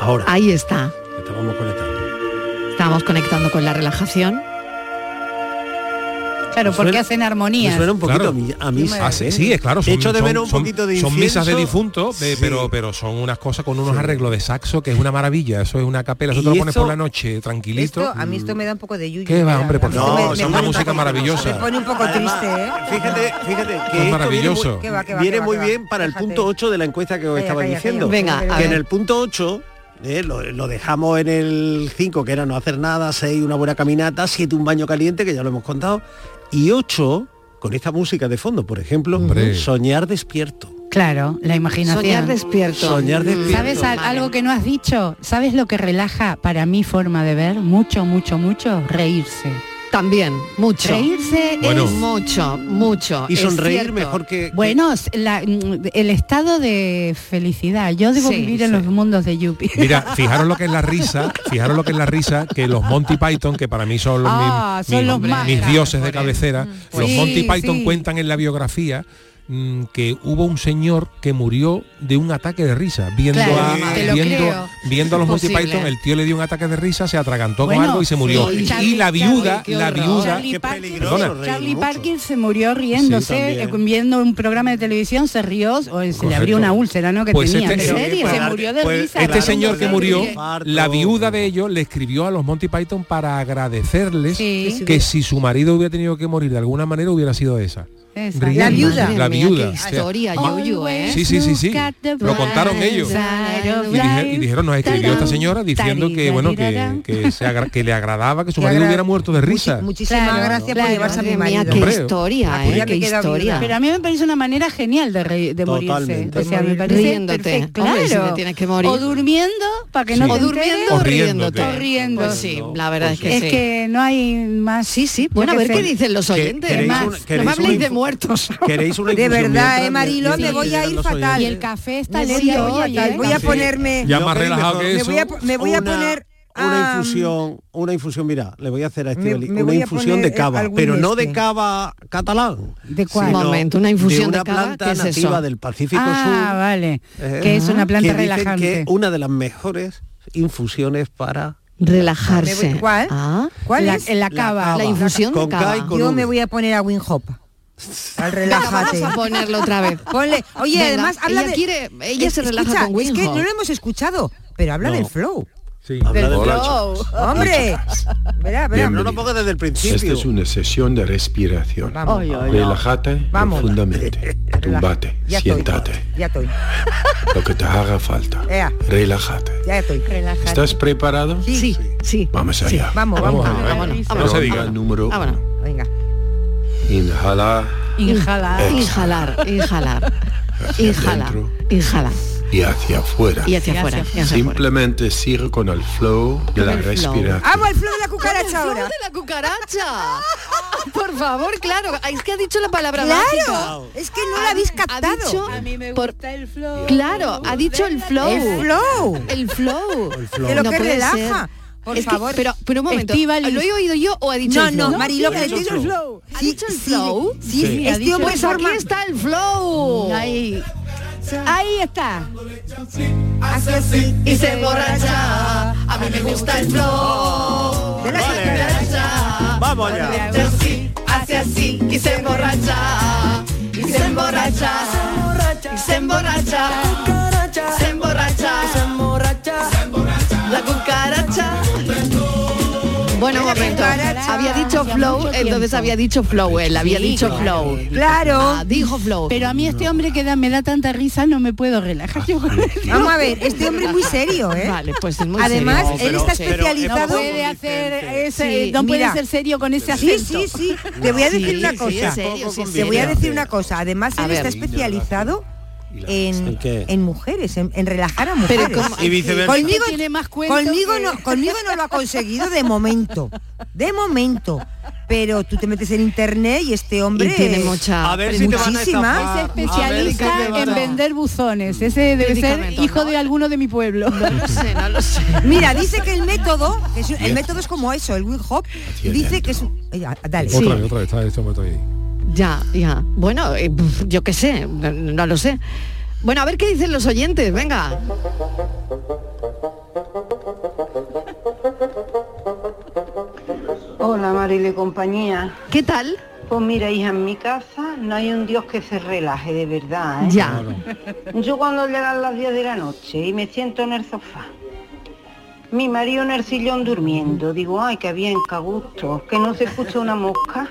Speaker 10: Ahora.
Speaker 3: Ahí está.
Speaker 10: Estábamos conectando.
Speaker 3: Estamos conectando con la relajación.
Speaker 6: Claro,
Speaker 10: Me
Speaker 6: porque
Speaker 10: suena-
Speaker 6: hacen armonía.
Speaker 10: me suena un poquito a mi- a misa,
Speaker 5: Ah, sí,
Speaker 10: ¿eh?
Speaker 5: sí, es claro.
Speaker 10: Echo de menos un
Speaker 5: son-
Speaker 10: poquito de
Speaker 5: Son misas de
Speaker 10: incienso.
Speaker 5: difuntos, de- pero, pero son unas cosas con unos arreglos de saxo, que es una maravilla. Eso es una capela, eso
Speaker 10: Y
Speaker 5: te lo pones
Speaker 10: esto-
Speaker 5: por la noche, tranquilito.
Speaker 4: Esto, a mí esto me da un poco de yuyu.
Speaker 5: ¿Qué va,
Speaker 4: mira,
Speaker 5: hombre, por
Speaker 4: a mí
Speaker 5: favor?
Speaker 4: me-
Speaker 5: No,
Speaker 4: me
Speaker 5: son
Speaker 4: pone un
Speaker 5: música
Speaker 4: poco-
Speaker 5: maravillosa.
Speaker 4: Me pone un poco triste, ¿eh?
Speaker 10: Fíjate, fíjate
Speaker 5: Esto es maravilloso.
Speaker 10: Viene muy, viene muy bien para el punto 8 de la encuesta que os
Speaker 4: Calla,
Speaker 10: estaba
Speaker 4: calla,
Speaker 10: diciendo.
Speaker 4: calla. Venga, a
Speaker 10: que en
Speaker 4: ver.
Speaker 10: el punto 8 eh, lo, lo dejamos en el 5, que era no hacer nada, 6, una buena caminata, 7, un baño caliente, que ya lo hemos contado, y 8, con esta música de fondo, por ejemplo, soñar despierto.
Speaker 6: Claro, la imaginación.
Speaker 10: Soñar despierto.
Speaker 6: Mm.
Speaker 10: Soñar despierto.
Speaker 6: ¿Sabes al- algo que no has dicho? ¿Sabes lo que relaja para mi forma de ver? Mucho, mucho, mucho. Reírse.
Speaker 3: También, mucho.
Speaker 6: Reírse
Speaker 3: Bueno.
Speaker 6: es...
Speaker 3: Mucho, mucho.
Speaker 6: Y
Speaker 3: es
Speaker 6: sonreír
Speaker 3: cierto.
Speaker 10: mejor que-
Speaker 6: Bueno, s- la- mm, el estado de felicidad. Yo debo
Speaker 3: Sí,
Speaker 6: vivir en los mundos de Yupi.
Speaker 5: Mira, fijaros lo que es la risa, fijaros lo que es la risa, que los Monty Python, que para mí son los, mis-
Speaker 6: Ah, son
Speaker 5: mis,
Speaker 6: los más
Speaker 5: mis
Speaker 6: grandes,
Speaker 5: dioses de cabecera, los
Speaker 6: Sí,
Speaker 5: Monty Python
Speaker 6: sí.
Speaker 5: cuentan en la biografía mm, que hubo un señor que murió de un ataque de risa viendo
Speaker 6: Claro,
Speaker 5: a
Speaker 6: te lo creo.
Speaker 5: viendo, viendo a los Monty
Speaker 6: Imposible.
Speaker 5: Python el tío le dio un ataque de risa se atragantó
Speaker 6: Bueno,
Speaker 5: con algo y se murió
Speaker 6: sí,
Speaker 5: y,
Speaker 6: Charlie-
Speaker 5: la viuda
Speaker 6: Charlie,
Speaker 5: la
Speaker 6: qué horror.
Speaker 5: viuda
Speaker 6: Charlie Parker,
Speaker 5: perdona,
Speaker 6: Charlie Parker se murió riéndose,
Speaker 5: Sí,
Speaker 6: eh,
Speaker 5: también.
Speaker 6: viendo un programa de televisión, se rió, o se le abrió
Speaker 5: Correcto.
Speaker 6: una úlcera, ¿no? Que
Speaker 5: Pues
Speaker 6: tenía.
Speaker 5: este-
Speaker 6: pero
Speaker 5: ¿En serio?
Speaker 6: Se murió de
Speaker 5: Pues
Speaker 6: risa.
Speaker 5: este
Speaker 6: riéndose
Speaker 5: señor que
Speaker 6: de
Speaker 5: murió,
Speaker 6: risa.
Speaker 5: la viuda de ellos le escribió a los Monty Python para agradecerles
Speaker 6: Sí.
Speaker 5: que si su marido hubiera tenido que morir de alguna manera hubiera sido esa.
Speaker 6: Esa.
Speaker 5: Riendo.
Speaker 6: La viuda.
Speaker 5: La
Speaker 6: Madre mía,
Speaker 5: viuda.
Speaker 6: qué
Speaker 5: o sea,
Speaker 6: historia,
Speaker 5: ma-
Speaker 6: Yuyu, ¿eh?
Speaker 5: Sí, sí, sí, sí. Lo contaron ellos. Y, dije- y dijeron, nos escribió esta señora diciendo que bueno que, que se agra- que le agradaba que su marido hubiera muerto de risa.
Speaker 4: Muchísimas gracias por llevarse a mi
Speaker 3: Madre mía,
Speaker 4: marido.
Speaker 3: qué
Speaker 5: Hombre,
Speaker 3: historia,
Speaker 5: aquí
Speaker 3: ¿eh?
Speaker 5: ya
Speaker 3: qué
Speaker 5: me queda
Speaker 3: historia.
Speaker 6: Pero a mí me parece una manera genial de, re- de morirse.
Speaker 3: Totalmente.
Speaker 6: O sea, me
Speaker 3: Morir
Speaker 6: parece
Speaker 3: riéndote.
Speaker 6: perfecto.
Speaker 3: Hombre,
Speaker 6: Claro.
Speaker 3: si te tienes que morir.
Speaker 6: O durmiendo para que
Speaker 3: Sí.
Speaker 6: no
Speaker 3: O
Speaker 6: te enteres.
Speaker 3: durmiendo o O riéndote. riéndote.
Speaker 6: O riendo.
Speaker 3: Pues sí, la verdad es que
Speaker 6: es
Speaker 3: sí.
Speaker 6: que no hay más. Sí, sí.
Speaker 3: Bueno, a ver qué dicen los
Speaker 10: ¿Qué-
Speaker 3: oyentes.
Speaker 10: queréis
Speaker 3: Más,
Speaker 10: una-
Speaker 3: no
Speaker 10: queréis
Speaker 3: me habléis
Speaker 10: una
Speaker 3: de
Speaker 10: info-
Speaker 3: muertos.
Speaker 10: ¿Queréis una
Speaker 4: De
Speaker 10: infusión
Speaker 4: verdad,
Speaker 10: mientras-
Speaker 4: eh, Marilo,
Speaker 10: mientras
Speaker 4: me voy a
Speaker 10: llegan
Speaker 4: ir
Speaker 10: los
Speaker 4: fatal.
Speaker 10: oyentes?
Speaker 6: Y el café está
Speaker 4: Me voy
Speaker 6: lento
Speaker 4: a-
Speaker 6: hoy,
Speaker 4: fatal.
Speaker 6: ¿eh?
Speaker 4: Voy a
Speaker 10: Sí.
Speaker 4: ponerme.
Speaker 5: Ya más relajado que
Speaker 4: Me voy a,
Speaker 5: eso.
Speaker 4: me voy a
Speaker 10: Una-
Speaker 4: poner.
Speaker 10: una
Speaker 4: am,
Speaker 10: infusión, una infusión, mira, le voy a hacer a
Speaker 4: Me-
Speaker 10: Estivali,
Speaker 4: me
Speaker 10: una
Speaker 4: voy a
Speaker 10: infusión
Speaker 4: poner,
Speaker 10: de
Speaker 4: eh,
Speaker 10: cava,
Speaker 4: algún
Speaker 10: pero no
Speaker 4: este.
Speaker 10: de cava catalán. ¿De
Speaker 6: cuál?
Speaker 3: Un momento, una infusión de cava,
Speaker 10: planta
Speaker 3: ¿qué es eso?
Speaker 10: nativa del Pacífico
Speaker 6: Ah,
Speaker 10: Sur. eh,
Speaker 6: vale, que es una planta
Speaker 10: que dicen
Speaker 6: relajante.
Speaker 10: que es una de las mejores infusiones para
Speaker 3: Relajarse.
Speaker 10: Me voy-
Speaker 4: ¿Cuál?
Speaker 3: Ah.
Speaker 4: ¿Cuál
Speaker 3: La-
Speaker 4: es?
Speaker 3: la cava. La infusión de
Speaker 10: Con
Speaker 3: cava.
Speaker 10: K y con
Speaker 4: Yo
Speaker 10: V.
Speaker 4: me voy a poner a Winhop.
Speaker 3: Venga,
Speaker 4: Al relájate.
Speaker 3: vamos a ponerlo otra vez.
Speaker 4: Ponle, oye,
Speaker 3: Venga,
Speaker 4: además habla
Speaker 3: ella
Speaker 4: de-
Speaker 3: quiere- ella se relaja
Speaker 4: escucha,
Speaker 3: con
Speaker 4: Es que
Speaker 3: Wim Hof.
Speaker 4: no lo hemos escuchado, pero habla
Speaker 10: No.
Speaker 4: del flow.
Speaker 10: Habla
Speaker 4: Del
Speaker 10: de-
Speaker 4: flow. Hombre. Verá, verá.
Speaker 10: Pero no lo pongas desde el
Speaker 7: Esta
Speaker 10: principio.
Speaker 7: es una sesión de respiración.
Speaker 4: Vamos. Ay, ay, ay.
Speaker 7: Relájate
Speaker 4: Vamos.
Speaker 7: profundamente. Túmbate,
Speaker 4: Ya estoy.
Speaker 7: siéntate,
Speaker 4: Ya estoy.
Speaker 7: lo que te haga falta.
Speaker 4: Ea,
Speaker 7: Relájate.
Speaker 4: ya estoy. Relájate.
Speaker 7: ¿Estás preparado?
Speaker 4: Sí, sí.
Speaker 7: Vamos allá.
Speaker 4: Vamos, vamos.
Speaker 7: Vamos allá.
Speaker 4: Vámonos,
Speaker 7: No
Speaker 4: vámonos.
Speaker 7: se diga. número
Speaker 3: Ah,
Speaker 7: uno.
Speaker 4: Vámonos. Venga.
Speaker 7: Inhalar
Speaker 3: Inhalar, inhalar, inhalar, inhalar, inhalar.
Speaker 7: y hacia afuera.
Speaker 3: Y hacia Y afuera, hacia afuera.
Speaker 7: Simplemente sigue con el flow de la respiración.
Speaker 4: ¡Amo el flow de la cucaracha
Speaker 3: ¡Amo el flow
Speaker 4: ahora!
Speaker 3: de la cucaracha! Por favor, claro. Ah, Es que ha dicho la palabra
Speaker 4: Claro,
Speaker 3: mágica.
Speaker 4: es que no la habéis captado.
Speaker 3: a mí me gusta el flow. Claro, ha dicho el flow.
Speaker 4: El flow.
Speaker 3: El flow.
Speaker 4: flow. De lo que
Speaker 3: puede
Speaker 4: relaja.
Speaker 3: ser.
Speaker 4: Por
Speaker 3: Es que-
Speaker 4: favor.
Speaker 3: pero, pero un momento.
Speaker 4: Estíbaliz.
Speaker 3: ¿Lo he oído yo o ha dicho
Speaker 4: No,
Speaker 3: el flow?
Speaker 4: no, Mariló, que le digo-
Speaker 3: ¿Ha dicho el
Speaker 4: Sí,
Speaker 3: flow?
Speaker 4: sí, Sí. este
Speaker 3: Ha dicho
Speaker 4: hombre
Speaker 3: el
Speaker 4: forma-
Speaker 3: flow. Aquí está el flow.
Speaker 6: Ahí.
Speaker 3: Ahí está.
Speaker 4: Hace así
Speaker 3: y se emborracha. A mí me gusta el flow. De la cucaracha.
Speaker 10: Vamos allá.
Speaker 3: Hace así, hace así y se emborracha. Y se emborracha. Y se emborracha. Se emborracha. Se emborracha. La cucaracha. Bueno, un momento. Había dicho flow, entonces había dicho flow él, había
Speaker 6: Sí,
Speaker 3: dicho
Speaker 6: claro.
Speaker 3: flow.
Speaker 4: Claro.
Speaker 3: Ah, dijo flow.
Speaker 6: Pero a mí este hombre que da, me da tanta risa, no me puedo
Speaker 3: Ah,
Speaker 6: relajar yo con él.
Speaker 4: Vamos a ver, este hombre es muy serio, ¿eh?
Speaker 3: Vale, pues es muy
Speaker 4: Además,
Speaker 3: serio.
Speaker 4: él está especializado.
Speaker 6: No puede hacer ese,
Speaker 4: Sí,
Speaker 6: no
Speaker 4: mira.
Speaker 6: puede ser serio con ese
Speaker 4: Sí,
Speaker 6: acento.
Speaker 4: sí, sí. Te voy a
Speaker 3: Sí,
Speaker 4: decir una
Speaker 3: sí,
Speaker 4: cosa.
Speaker 3: es serio, sí, es
Speaker 4: Te voy a
Speaker 3: serio.
Speaker 4: decir una cosa. Además,
Speaker 3: A
Speaker 4: él
Speaker 3: ver.
Speaker 4: está especializado
Speaker 10: ¿En
Speaker 4: en,
Speaker 10: qué?
Speaker 4: en mujeres, en, en relajar a mujeres.
Speaker 3: Pero ¿cómo?
Speaker 10: Y viceversa.
Speaker 4: Conmigo,
Speaker 6: tiene más cuento
Speaker 4: conmigo,
Speaker 6: que-
Speaker 4: no, conmigo no lo ha conseguido de momento. De momento. Pero tú te metes en internet y este hombre...
Speaker 3: Y tiene mucha
Speaker 10: A ver si te van a
Speaker 4: Muchísimas.
Speaker 10: estafar.
Speaker 6: Es especialista
Speaker 10: A ver si te van
Speaker 6: en
Speaker 10: a-
Speaker 6: vender buzones. Ese debe ser
Speaker 3: Medicamentos,
Speaker 6: hijo
Speaker 3: ¿no?
Speaker 6: de alguno de mi pueblo.
Speaker 3: No lo sé, no lo sé.
Speaker 4: Mira, dice que el método, que es- el método es como eso, el Wing Hop,
Speaker 7: Hacia
Speaker 4: dice
Speaker 7: adentro.
Speaker 4: que es... un- eh, Dale.
Speaker 5: Otra vez, otra vez, está, está, está ahí.
Speaker 3: Ya, ya. Bueno, eh, pf, yo qué sé, no, no lo sé. Bueno, a ver qué dicen los oyentes, venga.
Speaker 13: Hola Maril y compañía.
Speaker 3: ¿Qué tal?
Speaker 13: Pues mira, hija, en mi casa no hay un Dios que se relaje, de verdad, ¿eh?
Speaker 3: Ya.
Speaker 13: Yo cuando llegan las 10 de la noche y me siento en el sofá, mi marido en el sillón durmiendo, digo, ay, qué bien, qué gusto, que no se escucha una mosca.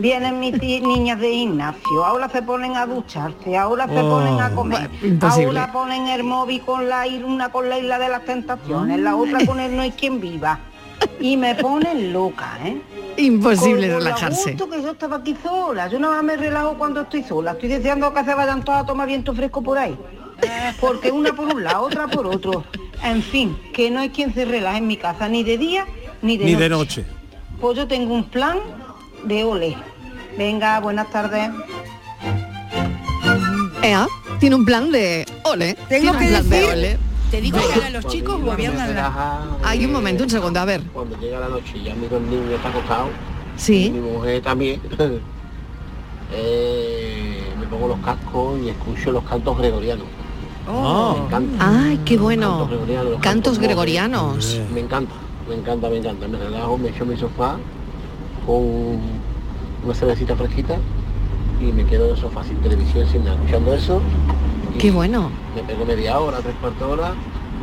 Speaker 13: Vienen mis di- niñas de gimnasio, ahora se ponen a ducharse, ahora se
Speaker 10: Oh.
Speaker 13: ponen a comer,
Speaker 3: Bueno, imposible.
Speaker 13: ahora ponen el móvil con la ir- una con la isla de las tentaciones, la otra con el no hay quien viva. Y me ponen loca, ¿eh?
Speaker 3: Imposible
Speaker 13: Con lo
Speaker 3: relajarse.
Speaker 13: gusto que yo estaba aquí sola. Yo nada más me relajo cuando estoy sola. Estoy deseando que se vayan todas a tomar viento fresco por ahí. Porque una por un lado, otra por otro. En fin, que no hay quien se relaje en mi casa, ni de día, ni de,
Speaker 10: Ni
Speaker 13: noche.
Speaker 10: de noche.
Speaker 13: Pues yo tengo un plan de ole. Venga, buenas tardes.
Speaker 3: Ea, tiene un plan de ole.
Speaker 4: Tengo
Speaker 3: tiene un
Speaker 4: que
Speaker 3: plan de
Speaker 4: decir-
Speaker 3: ole.
Speaker 6: Te digo que ahora los chicos gobiernan la...
Speaker 3: Hay un momento, un segundo, a ver.
Speaker 14: eh, Cuando llega la noche y ya miro el niño está acostado, y mi
Speaker 3: Sí.
Speaker 14: mujer también, eh, me pongo los cascos y escucho los cantos gregorianos. Me encanta.
Speaker 3: Ay, qué
Speaker 14: Oh. Cantos
Speaker 3: bueno.
Speaker 14: gregorianos, los
Speaker 3: Cantos
Speaker 14: moros.
Speaker 3: gregorianos.
Speaker 14: Me encanta, me encanta, me encanta. Me relajo, me echo mi sofá con una cervecita fresquita y me quedo en el sofá sin televisión, sin nada, escuchando eso. y
Speaker 3: Qué bueno.
Speaker 14: Me pego media hora, tres cuartos de hora,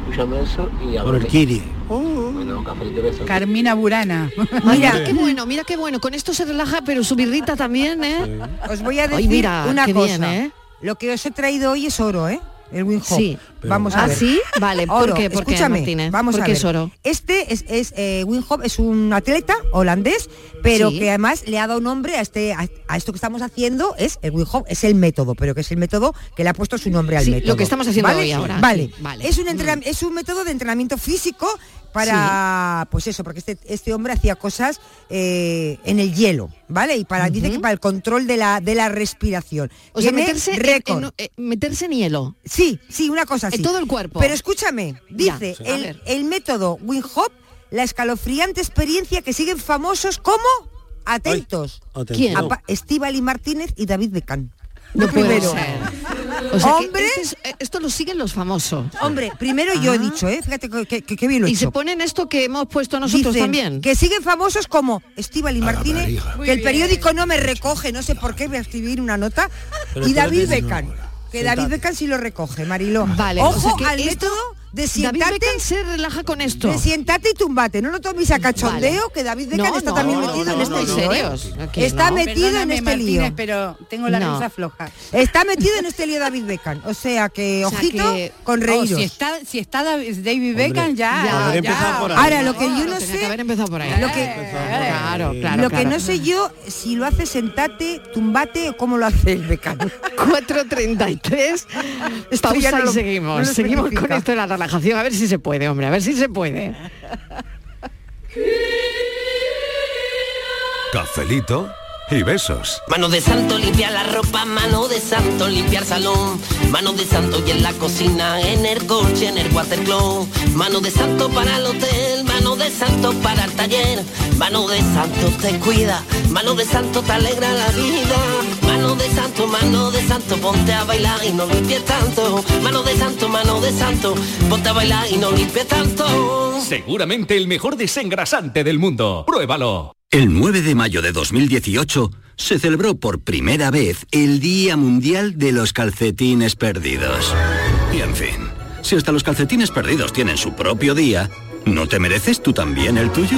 Speaker 14: escuchando eso y a
Speaker 10: Por el
Speaker 14: dormir.
Speaker 10: kiri.
Speaker 14: Bueno, un cafelito de esos.
Speaker 6: Carmina Burana.
Speaker 3: Mira, qué bueno, mira qué bueno. Con esto se relaja, pero su birrita también, ¿eh?
Speaker 4: Os voy a
Speaker 3: Ay,
Speaker 4: decir
Speaker 3: mira,
Speaker 4: una
Speaker 3: qué
Speaker 4: cosa.
Speaker 3: bien, ¿eh?
Speaker 4: Lo que os he traído hoy es oro, ¿eh? El Wing Hop.
Speaker 3: Sí.
Speaker 10: Pero-
Speaker 4: Vamos a
Speaker 3: ¿Ah,
Speaker 4: ver.
Speaker 3: sí? Vale, ¿por
Speaker 4: Oro.
Speaker 3: qué? ¿Por qué,
Speaker 4: Escúchame,
Speaker 3: Martínez?
Speaker 4: vamos
Speaker 3: ¿Por
Speaker 4: a
Speaker 3: qué
Speaker 4: ver.
Speaker 3: es oro?
Speaker 4: Este es, es eh, Wim Hof, es un atleta holandés, pero
Speaker 3: Sí.
Speaker 4: que además le ha dado nombre a este a, a esto que estamos haciendo es el Wim Hof, es el método, pero que es el método que le ha puesto su nombre al
Speaker 3: Sí, lo
Speaker 4: método.
Speaker 3: que estamos haciendo
Speaker 4: ¿Vale?
Speaker 3: hoy ahora,
Speaker 4: Vale.
Speaker 3: sí, vale.
Speaker 4: Es un
Speaker 3: Mm.
Speaker 4: entrenam- es un método de entrenamiento físico para pues eso, porque este este hombre hacía cosas eh, en el hielo, ¿vale? Y para dice que para el control de la de la respiración.
Speaker 3: O sea,
Speaker 4: Tiene
Speaker 3: meterse en-
Speaker 4: récord.
Speaker 3: en- eh, meterse en hielo.
Speaker 4: Sí, sí, una cosa
Speaker 3: En
Speaker 4: así.
Speaker 3: todo el cuerpo.
Speaker 4: Pero escúchame,
Speaker 3: Ya,
Speaker 4: dice
Speaker 3: sí. A
Speaker 4: el,
Speaker 3: ver.
Speaker 4: el método Wim Hof, la escalofriante experiencia que siguen famosos como atentos.
Speaker 10: Atención.
Speaker 3: ¿Quién?
Speaker 10: No.
Speaker 4: Estivali Martínez y David Beckham.
Speaker 3: No
Speaker 4: Lo
Speaker 3: puede
Speaker 4: primero.
Speaker 3: ser. O sea, que
Speaker 4: Hombre.
Speaker 3: este es- eh, esto lo siguen los famosos. Ah.
Speaker 4: Hombre, primero yo he dicho, ¿eh? Fíjate que, que- que- que bien lo he
Speaker 3: Y se
Speaker 4: hecho.
Speaker 3: ponen esto que hemos puesto nosotros
Speaker 4: Dicen
Speaker 3: también.
Speaker 4: Que siguen famosos como Estivali
Speaker 7: A la
Speaker 4: Martínez,
Speaker 7: barriga.
Speaker 4: que el periódico no me recoge, no sé por qué voy a escribir una nota,
Speaker 10: Pero
Speaker 4: y
Speaker 10: espérate,
Speaker 4: David
Speaker 10: no, no,
Speaker 4: Beckham.
Speaker 10: no.
Speaker 4: Que David
Speaker 10: Sentate.
Speaker 4: Beckham sí lo recoge, Mariló.
Speaker 3: Vale, o
Speaker 4: Ojo
Speaker 3: sea que
Speaker 4: al
Speaker 3: esto-
Speaker 4: método de
Speaker 3: David
Speaker 4: siéntate.
Speaker 3: Beckham se relaja con esto.
Speaker 4: De siéntate y tumbate, no lo tomes a cachondeo,
Speaker 3: Vale.
Speaker 4: que David Beckham
Speaker 3: No,
Speaker 4: está
Speaker 3: no,
Speaker 4: también
Speaker 3: no,
Speaker 4: metido
Speaker 3: no,
Speaker 4: en
Speaker 3: no,
Speaker 4: este
Speaker 3: no,
Speaker 4: lío.
Speaker 3: serios,
Speaker 4: ¿eh?
Speaker 3: aquí
Speaker 4: Está
Speaker 3: no.
Speaker 4: metido en
Speaker 6: Perdóname,
Speaker 4: este
Speaker 6: Martínez,
Speaker 4: lío.
Speaker 6: pero tengo la
Speaker 4: No.
Speaker 6: risa floja.
Speaker 4: Está metido en este lío David Beckham, o sea que
Speaker 6: O sea
Speaker 4: ojito
Speaker 6: que-
Speaker 4: con
Speaker 6: oh,
Speaker 4: reíros.
Speaker 6: si está si está David David Beckham ya,
Speaker 4: Hombre,
Speaker 6: ya.
Speaker 4: Ahora lo que yo no sé, lo que
Speaker 3: Eh, Claro, claro.
Speaker 4: lo que
Speaker 3: claro.
Speaker 4: no sé yo si lo hace sentate, tumbate o cómo lo hace el Beckham.
Speaker 3: 433. Pausa y seguimos. seguimos con esto de la relajación. A ver si se puede, hombre. A ver si se puede.
Speaker 1: Cafelito y besos.
Speaker 15: Mano de santo limpia la ropa, mano de santo limpia el salón, mano de santo y en la cocina, en el coche, en el watercloak, mano de santo para el hotel, mano de santo para el taller, mano de santo te cuida, mano de santo te alegra la vida, mano de santo, mano de santo, ponte a bailar y no limpies tanto, mano de santo, mano de santo, ponte a bailar y no limpies tanto.
Speaker 16: Seguramente el mejor desengrasante del mundo. Pruébalo.
Speaker 17: El 9 de mayo de 2018 se celebró por primera vez el Día Mundial de los Calcetines Perdidos. Y en fin, si hasta los calcetines perdidos tienen su propio día, ¿no te mereces tú también el tuyo?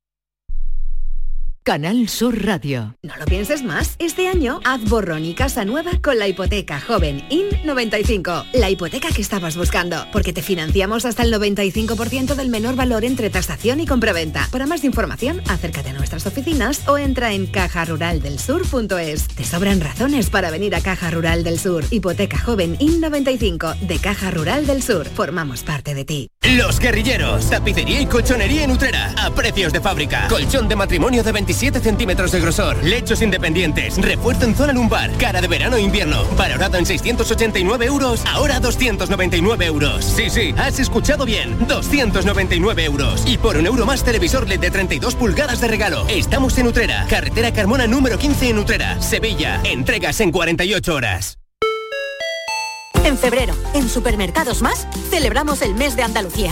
Speaker 2: Canal Sur Radio. No lo pienses más. Este año haz borrón y casa nueva con la hipoteca joven IN95. La hipoteca que estabas buscando. Porque te financiamos hasta el 95% del menor valor entre tasación y compraventa. Para más información, acércate a nuestras oficinas o entra en cajaruraldelsur.es. Te sobran razones para venir a Caja Rural del Sur. Hipoteca joven IN95 de Caja Rural del Sur. Formamos parte de ti.
Speaker 18: Los guerrilleros, tapicería y colchonería en Utrera, a precios de fábrica. Colchón de matrimonio de 27 centímetros de grosor, lechos independientes, refuerzo en zona lumbar, cara de verano e invierno, valorado en 689 euros, ahora 299 euros. Sí, sí, has escuchado bien, 299 euros. Y por un euro más televisor LED de 32 pulgadas de regalo. Estamos en Utrera, carretera Carmona número 15 en Utrera, Sevilla. Entregas en 48 horas.
Speaker 19: En febrero, en Supermercados Más, celebramos el mes de Andalucía.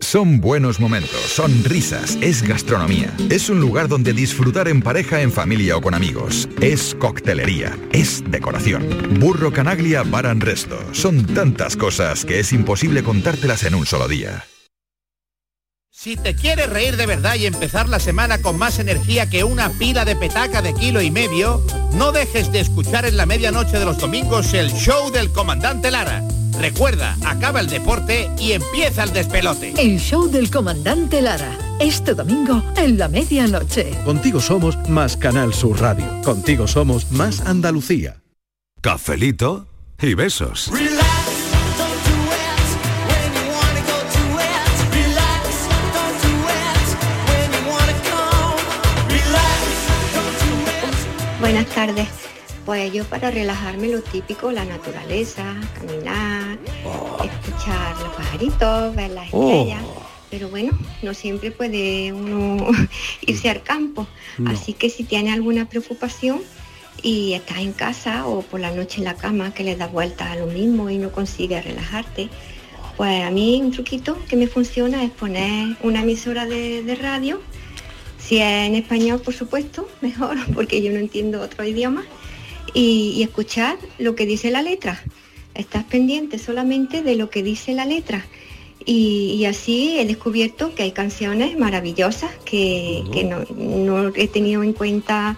Speaker 20: Son buenos momentos, son risas, es gastronomía. Es un lugar donde disfrutar en pareja, en familia o con amigos. Es coctelería, es decoración. Burro Canaglia Baran Resto. Son tantas cosas que es imposible contártelas en un solo día.
Speaker 21: Si te quieres reír de verdad y empezar la semana con más energía que una pila de petaca de kilo y medio, no dejes de escuchar en la medianoche de los domingos el show del comandante Lara. Recuerda, acaba el deporte y empieza el despelote.
Speaker 2: El show del comandante Lara. Este domingo en la medianoche.
Speaker 22: Contigo somos más Canal Sur Radio. Contigo somos más Andalucía.
Speaker 1: Cafelito y besos.
Speaker 23: Buenas tardes. Pues yo para relajarme lo típico, la naturaleza, caminar, escuchar los pajaritos, ver las
Speaker 24: Oh.
Speaker 23: estrellas. Pero bueno, no siempre puede uno irse al campo.
Speaker 24: Mm. No.
Speaker 23: Así que si tiene alguna preocupación y estás en casa o por la noche en la cama que le das vueltas a lo mismo y no consigues relajarte, pues a mí un truquito que me funciona es poner una emisora de, de radio, si es en español por supuesto, mejor, porque yo no entiendo otro idioma, y, y escuchar lo que dice la letra. Estás pendiente solamente de lo que dice la letra. Y, y así he descubierto que hay canciones maravillosas que, que no, no he tenido en cuenta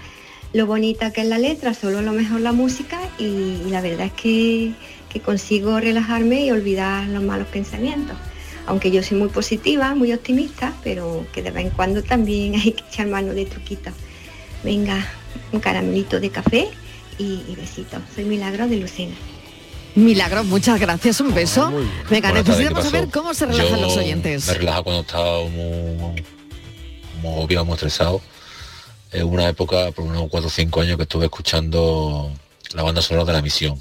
Speaker 23: lo bonita que es la letra, solo a lo mejor la música y, y la verdad es que, que consigo relajarme y olvidar los malos pensamientos. Aunque yo soy muy positiva, muy optimista, pero que de vez en cuando también hay que echar mano de truquitos. Venga, un caramelito de café y, y besitos. Soy Milagro de Lucena.
Speaker 3: Milagros, muchas gracias, un beso. Venga,
Speaker 5: Buenas tardes, ¿qué
Speaker 3: necesitamos
Speaker 5: pasó?
Speaker 3: saber cómo se relajan
Speaker 5: Yo
Speaker 3: los oyentes.
Speaker 5: Me relaja cuando estaba muy, muy obvio, muy estresado. Es una época, por unos 4 o 5 años, que estuve escuchando la banda sonora de la misión.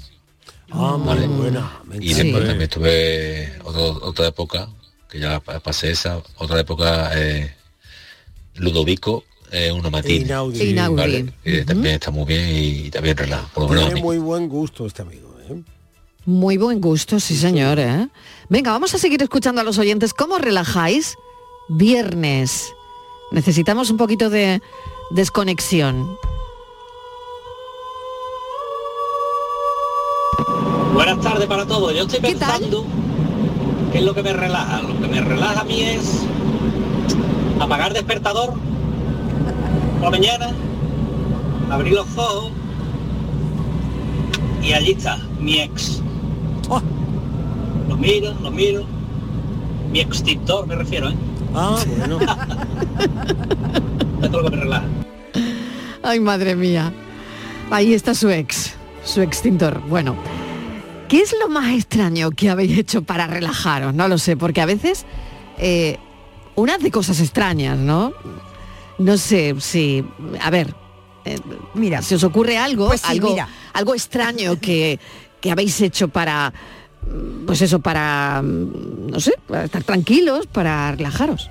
Speaker 10: Ah, muy buena.
Speaker 5: Y después también estuve otro- otra época, que ya pa- pasé esa, otra época eh, Ludovico, eh, una matina.
Speaker 10: Inaudi. Inaudi.
Speaker 5: También está muy bien y también relaja. Por lo menos a
Speaker 10: Tiene
Speaker 5: mí.
Speaker 10: muy buen gusto este amigo. ¿eh?
Speaker 3: Muy buen gusto, sí señor. ¿eh? Venga, vamos a seguir escuchando a los oyentes. ¿Cómo relajáis? Viernes. Necesitamos un poquito de desconexión.
Speaker 9: Buenas tardes para todos. Yo estoy pensando qué es lo que me relaja. Lo que me relaja a mí es apagar el despertador por la mañana, abrir los ojos y allí está mi ex.
Speaker 10: Oh.
Speaker 9: Lo miro, lo miro. Mi extintor me refiero, ¿eh?
Speaker 10: Ah, bueno.
Speaker 9: es lo que me relaja.
Speaker 3: Ay, madre mía. Ahí está su ex, su extintor. Bueno, ¿qué es lo más extraño que habéis hecho para relajaros? No lo sé, porque a veces eh, una de cosas extrañas, ¿no? No sé si, a ver, eh,
Speaker 4: mira,
Speaker 3: si os ocurre algo,
Speaker 4: Pues sí,
Speaker 3: algo,
Speaker 4: mira.
Speaker 3: algo extraño que, que habéis hecho para, mm, pues eso, para, mm, no sé, para estar tranquilos, para relajaros.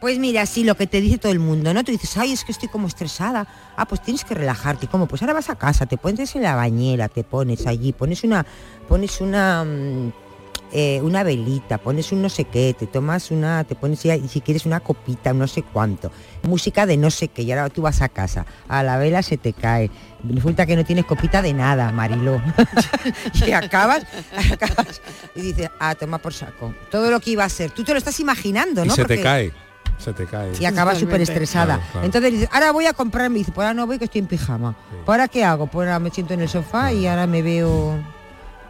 Speaker 4: Pues mira, sí, lo que te dice todo el mundo, ¿no? Tú dices, ay, es que estoy como estresada. Ah, pues tienes que relajarte. ¿Cómo? Pues ahora vas a casa, te pones en la bañera, te pones allí, pones una, pones una, mm, eh, una velita, pones un no sé qué, te tomas una, te pones ya, y si quieres una copita, un no sé cuánto, música de no sé qué, y ahora tú vas a casa, a la vela se te cae. Resulta que no tienes copita de nada, Mariló. y acabas, acabas y dices, ah, toma por saco. Todo lo que iba a ser. Tú te lo estás imaginando,
Speaker 11: Y
Speaker 4: ¿no?
Speaker 11: se te
Speaker 4: Porque-
Speaker 11: cae. Se te cae.
Speaker 4: y acaba súper estresada.
Speaker 11: Claro, claro.
Speaker 4: Entonces dice, ahora voy a comprarme, y dice, pues ahora no voy que estoy en pijama. ¿Pues ahora qué hago? Pues ahora me siento en el sofá y ahora me veo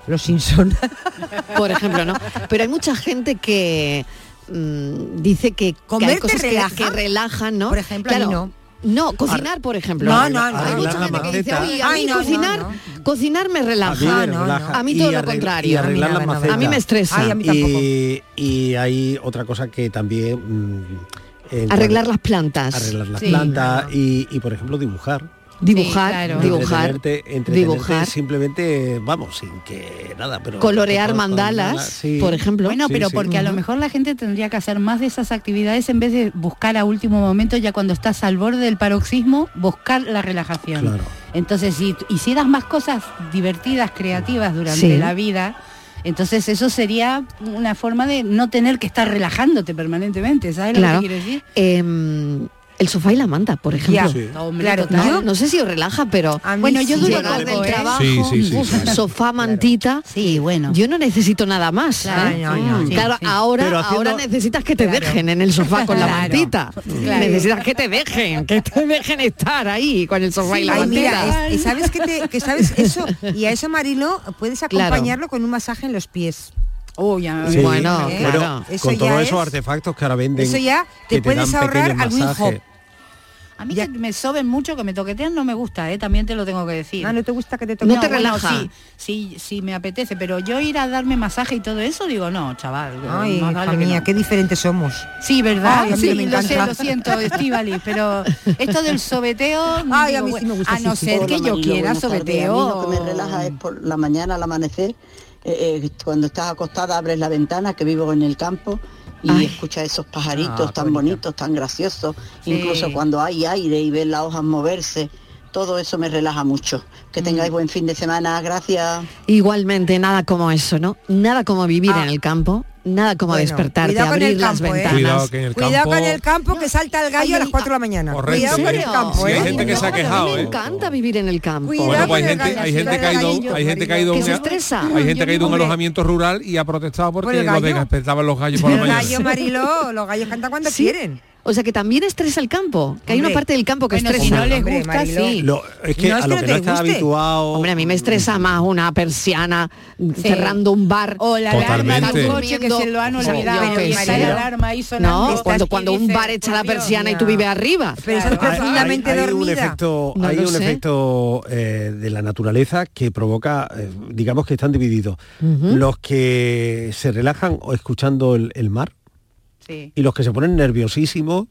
Speaker 4: los Simpsons.
Speaker 3: Por ejemplo, ¿no? Pero hay mucha gente que mm, dice que, que
Speaker 4: ¿Comer
Speaker 3: hay
Speaker 4: te
Speaker 3: cosas que-
Speaker 4: relaja?
Speaker 3: que, relajan, ¿no?
Speaker 4: Por ejemplo, a mí no.
Speaker 3: No, cocinar, por ejemplo.
Speaker 4: No, no, no.
Speaker 10: Ah,
Speaker 3: Hay mucha
Speaker 4: Arreglar
Speaker 3: gente
Speaker 4: la
Speaker 3: que dice,
Speaker 4: maceta.
Speaker 3: oye, a mí
Speaker 4: Ay, no, no,
Speaker 3: cocinar, cocinar me relaja.
Speaker 10: A mí me relaja.
Speaker 3: A mí
Speaker 10: Y
Speaker 3: todo lo
Speaker 10: arregla-
Speaker 3: contrario.
Speaker 10: y arreglar las macetas.
Speaker 3: A mí me estresa.
Speaker 10: Y, y hay otra cosa que también... mm, entra-
Speaker 3: Arreglar las plantas.
Speaker 10: Arreglar las
Speaker 3: Sí.
Speaker 10: plantas y, y, por ejemplo, dibujar.
Speaker 3: Dibujar, Sí, claro. dibujar,
Speaker 10: Entretenerte- entretenerte
Speaker 3: dibujar.
Speaker 10: simplemente, vamos, sin que nada, pero...
Speaker 3: Colorear
Speaker 10: pero-
Speaker 3: mandalas,
Speaker 10: sí.
Speaker 3: por ejemplo.
Speaker 6: Bueno,
Speaker 10: Sí,
Speaker 6: pero
Speaker 10: sí.
Speaker 6: porque a lo mejor la gente tendría que hacer más de esas actividades en vez de buscar a último momento, ya cuando estás al borde del paroxismo, buscar la relajación.
Speaker 10: Claro.
Speaker 6: Entonces, si t- hicieras más cosas divertidas, creativas durante
Speaker 3: Sí.
Speaker 6: la vida, entonces eso sería una forma de no tener que estar relajándote permanentemente, ¿sabes
Speaker 3: Claro.
Speaker 6: lo que quiero decir?
Speaker 3: Em, el sofá y la manta, por ejemplo.
Speaker 6: Ya. Sí. Hombre,
Speaker 3: Claro,
Speaker 6: total.
Speaker 3: no, no sé si os relaja, pero
Speaker 6: mí Bueno, yo sí. duro
Speaker 3: llegar
Speaker 6: poco,
Speaker 3: del
Speaker 6: ¿eh?
Speaker 3: trabajo,
Speaker 6: Sí, sí, sí,
Speaker 3: uf,
Speaker 6: sí.
Speaker 3: sofá, mantita. Sí, bueno. Yo no necesito nada más.
Speaker 6: Claro,
Speaker 3: ¿eh?
Speaker 6: no, no,
Speaker 3: Mm.
Speaker 6: sí,
Speaker 3: Claro,
Speaker 6: sí.
Speaker 3: ahora,
Speaker 6: Pero haciendo-
Speaker 3: ahora necesitas que te dejen en el sofá con la
Speaker 6: Claro.
Speaker 3: mantita.
Speaker 6: Claro.
Speaker 3: Necesitas que te dejen, que te dejen estar ahí con el sofá y la
Speaker 4: Ay,
Speaker 3: mantita.
Speaker 4: mira, es- es- sabes que, te- que sabes eso y a eso Marilo puedes
Speaker 3: Claro.
Speaker 4: acompañarlo con un masaje en los pies.
Speaker 10: Sí, pero
Speaker 4: Claro. Eso
Speaker 10: con
Speaker 4: ya
Speaker 10: todos
Speaker 4: es-
Speaker 10: esos artefactos que ahora venden.
Speaker 4: eso ya te
Speaker 10: que
Speaker 4: puedes
Speaker 10: dan
Speaker 4: ahorrar
Speaker 10: pequeños
Speaker 4: algún
Speaker 10: masajes.
Speaker 4: hijo.
Speaker 6: A mí que me soben mucho, que me toquetean, no me gusta, ¿eh? también te lo tengo que decir.
Speaker 4: Ah, no te gusta que te
Speaker 3: No te
Speaker 6: bueno,
Speaker 3: relaja.
Speaker 6: sí, sí, sí, me apetece, pero yo ir a darme masaje y todo eso, digo, no, chaval.
Speaker 4: Ay,
Speaker 6: más
Speaker 4: hija
Speaker 6: vale que
Speaker 4: mía,
Speaker 6: no.
Speaker 4: qué diferentes somos.
Speaker 6: Sí, ¿verdad?
Speaker 4: Ay, a mí
Speaker 6: sí,
Speaker 4: me
Speaker 6: lo, sé,
Speaker 4: encanta.
Speaker 6: lo siento, Estivali, pero esto del sobeteo,
Speaker 4: Ay, a
Speaker 6: digo,
Speaker 4: mí sí me gusta,
Speaker 6: a
Speaker 4: sí,
Speaker 6: no
Speaker 4: sí.
Speaker 6: ser
Speaker 4: Hola,
Speaker 6: que yo
Speaker 4: Mariló,
Speaker 6: quiera
Speaker 4: buenas tardes.
Speaker 6: sobeteo.
Speaker 4: A mí lo que me
Speaker 12: relaja es por la mañana al amanecer, eh, eh, cuando estás acostada abres la ventana, que vivo en el campo, y escuchas esos pajaritos
Speaker 24: Ah,
Speaker 12: tan bonitos, tan graciosos,
Speaker 24: Sí.
Speaker 12: incluso cuando hay aire y ves las hojas moverse, todo eso me relaja mucho.
Speaker 6: Mm.
Speaker 12: Que tengáis buen fin de semana, gracias.
Speaker 3: Igualmente, nada como eso, ¿no? Nada como vivir en el campo, nada como
Speaker 12: Bueno,
Speaker 3: despertarte,
Speaker 4: cuidado con
Speaker 3: abrir
Speaker 4: el
Speaker 3: las
Speaker 4: campo, ¿eh?
Speaker 3: ventanas.
Speaker 11: Cuidado que en el
Speaker 4: Cuidado
Speaker 11: campo-
Speaker 4: con el campo que salta el gallo a las 4 de la mañana.
Speaker 11: Correcto.
Speaker 4: Cuidado con el campo,
Speaker 11: Sí,
Speaker 4: ¿eh?
Speaker 11: hay gente que se ha quejado,
Speaker 3: Me
Speaker 11: ¿eh?
Speaker 3: encanta vivir en el campo.
Speaker 11: Bueno, pues hay gente, hay gente que ha ido, hay gente que ha ido, a
Speaker 3: Que se
Speaker 11: un-
Speaker 3: estresa.
Speaker 11: hay gente que ha ido a un
Speaker 3: Hombre,
Speaker 11: alojamiento rural y ha protestado porque
Speaker 3: el
Speaker 11: los
Speaker 3: gallo.
Speaker 11: despertaban los gallos por la
Speaker 4: El
Speaker 11: mañana.
Speaker 4: gallo Mariló, los gallos cantan cuando quieren.
Speaker 3: O sea que también estresa el campo, que hay una
Speaker 6: Hombre.
Speaker 3: parte del campo que
Speaker 6: Bueno,
Speaker 3: estresa.
Speaker 6: si no les Hombre, gusta, Mariló. sí.
Speaker 4: ¿eh?
Speaker 10: Lo- es que a lo que no está habituado.
Speaker 3: Hombre, a mí me estresa más una persiana cerrando un bar.
Speaker 6: O la alarma
Speaker 3: Totalmente.
Speaker 6: del coche que se lo han
Speaker 3: O sea, yo
Speaker 6: olvidado.
Speaker 3: qué
Speaker 6: Y
Speaker 3: sé.
Speaker 6: está la alarma ahí sonando.
Speaker 3: No,
Speaker 6: Estás
Speaker 3: cuando,
Speaker 6: que
Speaker 3: cuando un
Speaker 6: dices,
Speaker 3: bar echa la
Speaker 6: por Dios,
Speaker 3: persiana y
Speaker 6: no.
Speaker 3: tú vives arriba.
Speaker 4: Pero eso es
Speaker 10: Hay-
Speaker 4: profundamente
Speaker 10: hay, un
Speaker 4: dormida.
Speaker 10: efecto,
Speaker 4: No
Speaker 10: hay
Speaker 4: lo
Speaker 10: un
Speaker 4: sé.
Speaker 10: efecto eh, de la naturaleza que provoca, eh, digamos que están divididos. Los que se relajan o escuchando el, el mar y los que se ponen nerviosísimos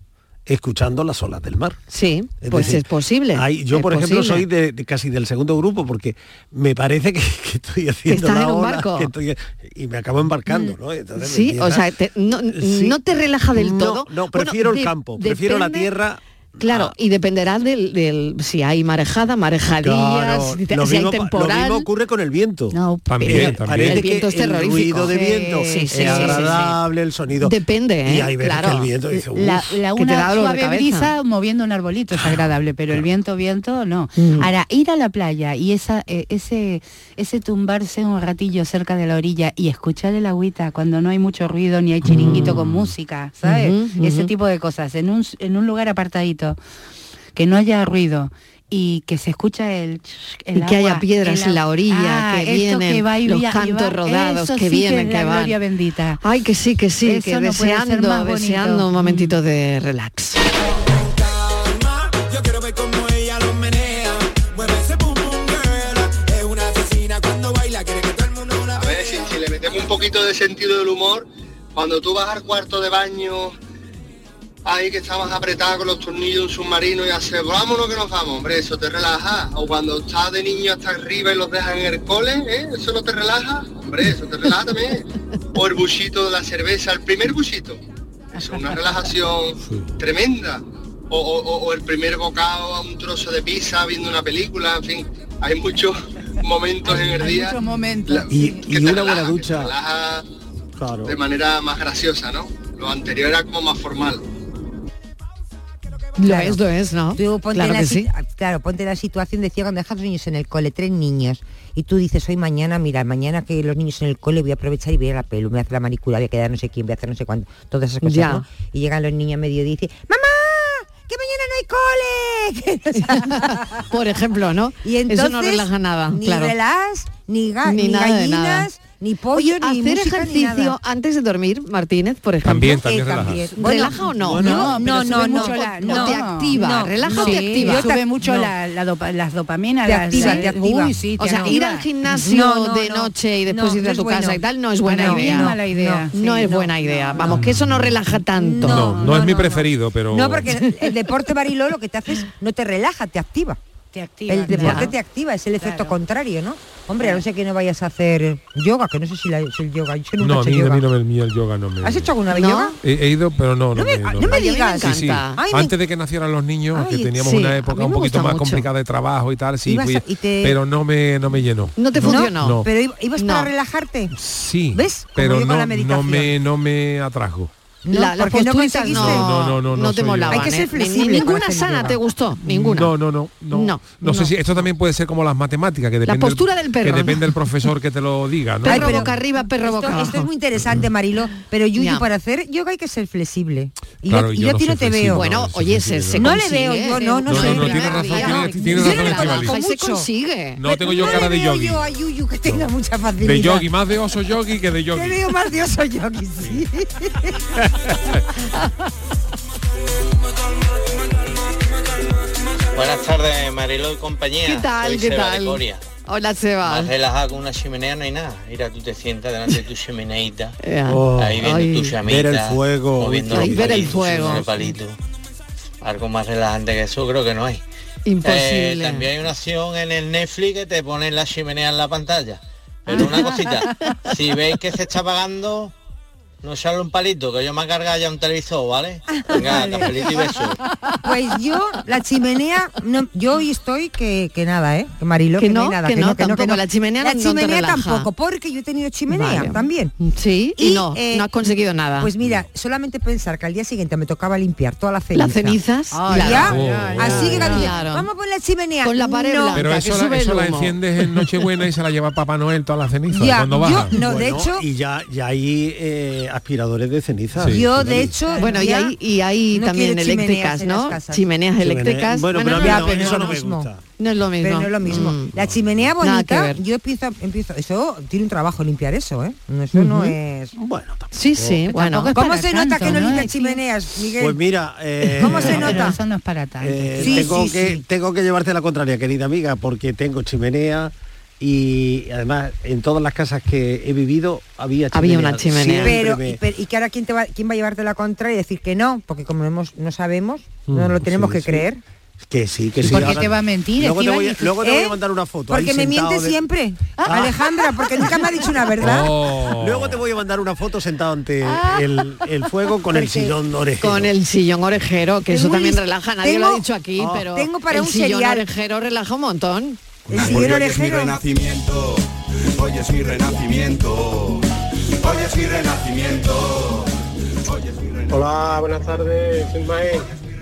Speaker 10: escuchando las olas del mar.
Speaker 3: Sí, pues
Speaker 10: decir,
Speaker 3: es posible.
Speaker 10: Hay- yo,
Speaker 3: es
Speaker 10: por ejemplo,
Speaker 3: posible.
Speaker 10: soy de, de casi del segundo grupo porque me parece que, que estoy haciendo
Speaker 3: estás
Speaker 10: la
Speaker 3: en un
Speaker 10: ola,
Speaker 3: barco. Mm.
Speaker 10: que estoy- y me acabo embarcando, ¿no? Entonces me
Speaker 3: Sí, o
Speaker 10: empieza-
Speaker 3: sea, te- no,
Speaker 10: Eh, Sí.
Speaker 3: no te relaja del
Speaker 10: No,
Speaker 3: todo.
Speaker 10: no,
Speaker 3: Bueno,
Speaker 10: prefiero el
Speaker 3: de-
Speaker 10: campo, prefiero la Ah.
Speaker 3: depende-
Speaker 10: tierra
Speaker 3: Claro, y dependerá del, del- si hay marejada, marejadillas,
Speaker 10: Claro,
Speaker 3: si, te-
Speaker 10: lo
Speaker 3: si
Speaker 10: mismo
Speaker 3: hay
Speaker 10: pa- lo
Speaker 3: temporal.
Speaker 10: mismo ocurre con el viento.
Speaker 3: No,
Speaker 4: eh,
Speaker 5: También,
Speaker 10: pero
Speaker 5: también.
Speaker 10: Parece
Speaker 5: El viento
Speaker 10: que
Speaker 5: es terrorífico.
Speaker 10: El ruido de
Speaker 5: Sí,
Speaker 10: viento
Speaker 5: sí, sí, sí,
Speaker 10: es
Speaker 5: sí,
Speaker 10: agradable, el sonido.
Speaker 3: Depende,
Speaker 10: Y
Speaker 3: ¿eh?
Speaker 10: hay veces que
Speaker 3: Claro.
Speaker 10: el viento dice, "Uf".
Speaker 6: La, la
Speaker 3: que te da
Speaker 6: una
Speaker 3: dolor de
Speaker 6: suave
Speaker 3: cabeza.
Speaker 6: brisa moviendo un arbolito es agradable, pero el viento, viento, no.
Speaker 3: Mm.
Speaker 6: Ahora, ir a la playa y esa, eh, ese, ese tumbarse un ratillo cerca de la orilla y escuchar el agüita cuando no hay mucho ruido ni hay chiringuito
Speaker 3: Mm.
Speaker 6: con música, ¿sabes?
Speaker 9: Ujú,
Speaker 6: Ese
Speaker 9: ujú.
Speaker 6: tipo de cosas, en un, en un lugar apartadito, que no haya ruido. Y que se escucha el, ch- el
Speaker 3: Y que haya
Speaker 6: agua,
Speaker 3: piedras
Speaker 6: el
Speaker 3: en la
Speaker 6: agua.
Speaker 3: orilla,
Speaker 6: Ah,
Speaker 3: que
Speaker 6: esto
Speaker 3: vienen,
Speaker 6: va y
Speaker 3: los
Speaker 6: va y
Speaker 3: cantos
Speaker 6: va,
Speaker 3: rodados,
Speaker 6: eso
Speaker 3: que
Speaker 6: sí
Speaker 3: vienen,
Speaker 6: es
Speaker 3: que
Speaker 6: la
Speaker 3: van.
Speaker 6: gloria bendita.
Speaker 3: Ay, que sí, que sí,
Speaker 6: Eso
Speaker 3: que
Speaker 6: no puede ser
Speaker 3: deseando,
Speaker 6: más bonito.
Speaker 3: deseando un momentito de relax.
Speaker 25: Yo quiero ver cómo ella lo menea. Mueve ese pum pum girl. Es una asesina cuando baila. Quiere que todo el mundo la
Speaker 14: A ver, si, si le metemos un poquito de sentido del humor, cuando tú vas al cuarto de baño, ahí que estabas apretado con los tornillos de un submarino y haces, vámonos que nos vamos, hombre, eso te relaja. O cuando estás de niño hasta arriba y los dejan en el cole, ¿eh? ¿Eso no te relaja? Hombre, eso te relaja también. O el buchito de la cerveza, el primer buchito. Eso es una relajación tremenda. O, o- o- o el primer bocado a un trozo de pizza viendo una película, en fin, hay muchos momentos en el
Speaker 6: Hay
Speaker 14: día
Speaker 6: muchos momentos.
Speaker 14: y, una buena
Speaker 10: ducha.
Speaker 14: de manera más graciosa, ¿no? Lo anterior era como más formal.
Speaker 3: Lo es, lo es, ¿no?
Speaker 4: Tú ponte
Speaker 3: Claro
Speaker 4: la
Speaker 3: que
Speaker 4: si-
Speaker 3: sí.
Speaker 4: Claro, ponte la situación, decía, cuando dejas los niños en el cole, tres niños, y tú dices, hoy mañana, mira, mañana que los niños en el cole voy a aprovechar y voy a ir a la pelu, me voy a hacer la manicura, voy a quedar no sé quién, voy a hacer no sé cuánto, todas esas cosas,
Speaker 3: Ya.
Speaker 4: ¿no? Y llegan los niños a mediodía y dicen, ¡Mamá! ¡Que mañana no hay cole!
Speaker 3: Por ejemplo, ¿no?
Speaker 4: y entonces,
Speaker 3: Eso no relaja nada,
Speaker 4: Ni
Speaker 3: claro.
Speaker 4: relax, ni, ga-
Speaker 3: Ni
Speaker 4: ni
Speaker 3: nada de
Speaker 4: gallinas,
Speaker 3: nada.
Speaker 4: ni pollo,
Speaker 3: Oye,
Speaker 4: ni
Speaker 3: hacer
Speaker 4: música, ni
Speaker 3: ejercicio
Speaker 4: nada.
Speaker 3: antes de dormir, Martínez, por ejemplo.
Speaker 5: También, también Eh, relaja. también.
Speaker 4: Bueno,
Speaker 3: ¿Relaja o no?
Speaker 4: bueno, No, pero no, sube no, mucho no, la-
Speaker 3: O
Speaker 4: no,
Speaker 3: te activa,
Speaker 4: no,
Speaker 3: relaja o
Speaker 4: no.
Speaker 3: te
Speaker 4: Sí,
Speaker 3: activa.
Speaker 4: yo
Speaker 6: Sube mucho la- la dopa- las dopaminas.
Speaker 3: Te
Speaker 6: las-
Speaker 3: activa,
Speaker 6: las-
Speaker 3: te activa.
Speaker 6: Uy, sí, te
Speaker 3: o sea, ir
Speaker 6: activa.
Speaker 3: al gimnasio
Speaker 6: No, no,
Speaker 3: de
Speaker 6: no.
Speaker 3: noche y después
Speaker 6: No,
Speaker 3: ir
Speaker 6: no
Speaker 3: a
Speaker 6: es
Speaker 3: tu
Speaker 6: bueno.
Speaker 3: casa y tal no es buena
Speaker 6: Para mí
Speaker 3: idea.
Speaker 6: es mala idea.
Speaker 3: No, no es buena idea. Vamos, que eso no relaja tanto.
Speaker 5: No, no, es mi preferido, pero...
Speaker 4: No, porque el, el deporte bariló lo que te hace es no te relaja, te activa.
Speaker 6: Te activa.
Speaker 4: el deporte
Speaker 6: claro.
Speaker 4: te activa, es el efecto contrario, ¿no? Hombre, a no sé que no vayas a hacer yoga, que no sé si, la, si el yoga, yo nunca
Speaker 5: No,
Speaker 4: he
Speaker 5: a
Speaker 4: hecho
Speaker 5: mí, a
Speaker 4: yoga.
Speaker 5: mí no me, el mío el yoga no me...
Speaker 4: ¿Has hecho alguna vez yoga?
Speaker 5: He, he ido, pero no, no, me,
Speaker 4: no me digas.
Speaker 5: Sí, sí.
Speaker 4: Ay, me-
Speaker 5: Antes de que nacieran los niños,
Speaker 4: Ay,
Speaker 5: que teníamos
Speaker 4: sí,
Speaker 5: una
Speaker 4: a mí
Speaker 5: época
Speaker 4: me
Speaker 5: un poquito
Speaker 4: gusta
Speaker 5: más
Speaker 4: mucho.
Speaker 5: complicada de trabajo y tal, sí,
Speaker 4: Ibas
Speaker 5: fui-
Speaker 4: a- y te-
Speaker 5: pero no me, no me llenó.
Speaker 3: No te funcionó.
Speaker 5: No.
Speaker 4: Pero i- ibas para relajarte.
Speaker 5: Sí,
Speaker 4: ¿Ves? Como
Speaker 5: pero
Speaker 4: yo con la
Speaker 5: no, no
Speaker 4: meditación.
Speaker 5: me, no me atrajo.
Speaker 4: No,
Speaker 3: La- las
Speaker 4: porque no
Speaker 3: posturitas
Speaker 4: conseguiste.
Speaker 5: No, no, no, no
Speaker 3: te
Speaker 5: soy yo.
Speaker 3: molaban.
Speaker 5: Hay que ser
Speaker 3: ¿eh? Ni- ni-
Speaker 5: flexible para
Speaker 3: Ninguna
Speaker 5: hacer
Speaker 3: sana
Speaker 5: yoga.
Speaker 3: te gustó, ninguna.
Speaker 5: No, no, no, no.
Speaker 3: No,
Speaker 5: No sé
Speaker 3: no.
Speaker 5: si esto también puede ser como las matemáticas, que depende,
Speaker 3: postura del perro,
Speaker 5: que
Speaker 3: ¿no?
Speaker 5: depende el profesor que te lo diga. ¿no?
Speaker 3: Perro boca arriba, perro
Speaker 4: Esto,
Speaker 3: boca abajo.
Speaker 4: esto es muy interesante, Marilo, pero Yuyu,
Speaker 3: Ya.
Speaker 4: para hacer yoga hay que ser flexible. Y
Speaker 5: Claro,
Speaker 4: yo, y
Speaker 5: yo
Speaker 4: yo a
Speaker 5: no
Speaker 4: ti
Speaker 5: soy
Speaker 4: no te
Speaker 5: flexible,
Speaker 4: veo.
Speaker 5: no, Bueno, no soy oye, flexible, se- no.
Speaker 4: No
Speaker 5: se
Speaker 4: le veo,
Speaker 5: consigue,
Speaker 4: yo
Speaker 5: se-
Speaker 4: no, no,
Speaker 5: no,
Speaker 4: sé.
Speaker 5: no, tienes razón, tienes-
Speaker 4: Yo
Speaker 5: tienes razón,
Speaker 4: no le
Speaker 5: Estivali.
Speaker 4: conozco
Speaker 5: Ahí se
Speaker 4: mucho.
Speaker 3: consigue.
Speaker 5: No tengo yo
Speaker 4: le
Speaker 5: cara de
Speaker 4: veo
Speaker 5: yogui.
Speaker 4: yo a Yuyu que tenga mucha facilidad.
Speaker 5: De yogi, más de oso yogi que de
Speaker 4: Te
Speaker 5: yogi.
Speaker 4: veo más de oso yogi, sí.
Speaker 26: Buenas tardes, Marilo y compañía.
Speaker 3: ¿Qué tal?
Speaker 26: Soy
Speaker 3: ¿Qué
Speaker 26: Seba de
Speaker 3: tal?
Speaker 26: Coria.
Speaker 3: Hola, Seba.
Speaker 26: Más relajado con una chimenea no hay nada. Mira, tú te sientas delante de tu chimeneita.
Speaker 3: Ea.
Speaker 26: ahí viendo
Speaker 3: Eh, ah. Ay.
Speaker 26: tu llamita.
Speaker 10: Ver el fuego.
Speaker 26: moviendo
Speaker 3: Ay,
Speaker 26: los
Speaker 3: ver el
Speaker 26: palitos,
Speaker 3: fuego.
Speaker 26: moviendo el palito. Algo más relajante que eso creo que no hay.
Speaker 3: Imposible.
Speaker 26: Eh, también hay una opción en el Netflix que te ponen la chimenea en la pantalla. Pero una cosita, si veis que se está apagando, no sale un palito, que yo me he cargado ya un televisor, ¿vale? Venga, cafelito y besos.
Speaker 4: Pues yo, la chimenea, no, yo hoy estoy que, que nada, ¿eh? Que Marilo,
Speaker 3: Que
Speaker 4: que,
Speaker 3: no,
Speaker 4: hay nada,
Speaker 3: que
Speaker 4: que,
Speaker 3: no,
Speaker 4: no, que no, que
Speaker 3: tampoco,
Speaker 4: no.
Speaker 3: la chimenea
Speaker 4: La
Speaker 3: no te
Speaker 4: chimenea
Speaker 3: relaja.
Speaker 4: tampoco, porque yo he tenido chimenea
Speaker 3: Vale.
Speaker 4: también. eh,
Speaker 3: Sí, y, no, no has conseguido nada.
Speaker 4: Pues mira, solamente pensar que al día siguiente me tocaba limpiar todas las cenizas.
Speaker 3: Las cenizas,
Speaker 4: Y
Speaker 3: claro.
Speaker 4: ya,
Speaker 5: Oh,
Speaker 4: así que cuando dije,
Speaker 3: Claro.
Speaker 4: vamos por la chimenea.
Speaker 3: Con la pared
Speaker 4: no.
Speaker 3: blanca.
Speaker 5: Pero
Speaker 3: que
Speaker 5: eso, la,
Speaker 3: sube el
Speaker 5: eso la
Speaker 3: humo.
Speaker 5: enciendes en Nochebuena y se la lleva Papá Noel toda la ceniza
Speaker 4: Ya,
Speaker 5: cuando
Speaker 4: yo-
Speaker 5: baja.
Speaker 4: no, de
Speaker 10: Bueno,
Speaker 4: hecho-
Speaker 10: y ya, ya ahí eh, eh, aspiradores de ceniza.
Speaker 4: Yo, de hecho,
Speaker 3: Bueno, y
Speaker 4: ya
Speaker 3: hay, y hay
Speaker 4: no
Speaker 3: también
Speaker 4: quiero chimeneas
Speaker 3: eléctricas,
Speaker 4: en las
Speaker 3: ¿no?
Speaker 4: casas.
Speaker 3: Chimeneas eléctricas.
Speaker 10: Bueno, pero a mí
Speaker 4: Ya,
Speaker 10: no,
Speaker 4: pero
Speaker 10: eso
Speaker 4: no
Speaker 10: no me
Speaker 4: es lo
Speaker 10: gusta.
Speaker 3: No es lo mismo. Mm.
Speaker 4: Pero no es lo mismo. La chimenea
Speaker 3: Nada que
Speaker 4: bonita,
Speaker 3: ver.
Speaker 4: yo empiezo, empiezo, eso tiene un trabajo limpiar eso, ¿eh? Eso no
Speaker 10: Ujú.
Speaker 4: es.
Speaker 10: Bueno, tampoco.
Speaker 3: Sí, sí, bueno. Tampoco es
Speaker 4: ¿Cómo
Speaker 3: para
Speaker 4: se
Speaker 3: tanto,
Speaker 4: nota que no,
Speaker 3: ¿no?
Speaker 4: limpia
Speaker 3: Aquí-
Speaker 4: chimeneas, Miguel?
Speaker 10: Pues mira, eh,
Speaker 4: ¿cómo se
Speaker 6: Pero
Speaker 4: nota?
Speaker 6: eso no es para tanto.
Speaker 10: Eh,
Speaker 4: Sí,
Speaker 10: tengo,
Speaker 4: sí,
Speaker 10: que,
Speaker 4: sí.
Speaker 10: tengo que llevarte la contraria, querida amiga, porque tengo chimenea y además en todas las casas que he vivido había chimenea.
Speaker 3: Había una chimenea.
Speaker 10: Siempre
Speaker 4: Pero,
Speaker 10: me-
Speaker 4: y, pero- y que ahora quién te va, quién va a llevarte la contra y decir que no, porque como no hemos, no sabemos, no
Speaker 10: Mm,
Speaker 4: lo tenemos
Speaker 10: sí,
Speaker 4: que
Speaker 10: sí.
Speaker 4: creer.
Speaker 10: Que sí, que sí.
Speaker 4: ¿Por qué
Speaker 10: ahora-
Speaker 4: te va a mentir,
Speaker 10: Luego te voy a,
Speaker 4: Estíbaliz?
Speaker 10: luego te voy
Speaker 4: ¿Eh?
Speaker 10: a mandar una foto. ahí
Speaker 4: Porque me
Speaker 10: sentado
Speaker 4: miente
Speaker 10: de- Ah. Oh.
Speaker 4: siempre, Alejandra, porque nunca me ha dicho una verdad.
Speaker 10: Luego te voy a mandar una foto sentado ante el, el fuego con el sillón orejero.
Speaker 3: Ah. Con el sillón orejero, que
Speaker 10: Es
Speaker 3: eso
Speaker 10: muy
Speaker 3: también
Speaker 10: lista.
Speaker 3: relaja, nadie lo ha
Speaker 10: Tengo-
Speaker 3: dicho aquí,
Speaker 10: Ah.
Speaker 3: pero
Speaker 4: Oh. Tengo para
Speaker 3: el
Speaker 4: un
Speaker 3: sillón
Speaker 4: serial.
Speaker 3: orejero relaja un montón.
Speaker 1: Porque hoy es mi renacimiento, hoy es mi renacimiento, hoy es mi renacimiento.
Speaker 16: Hola, buenas tardes, soy Ismael.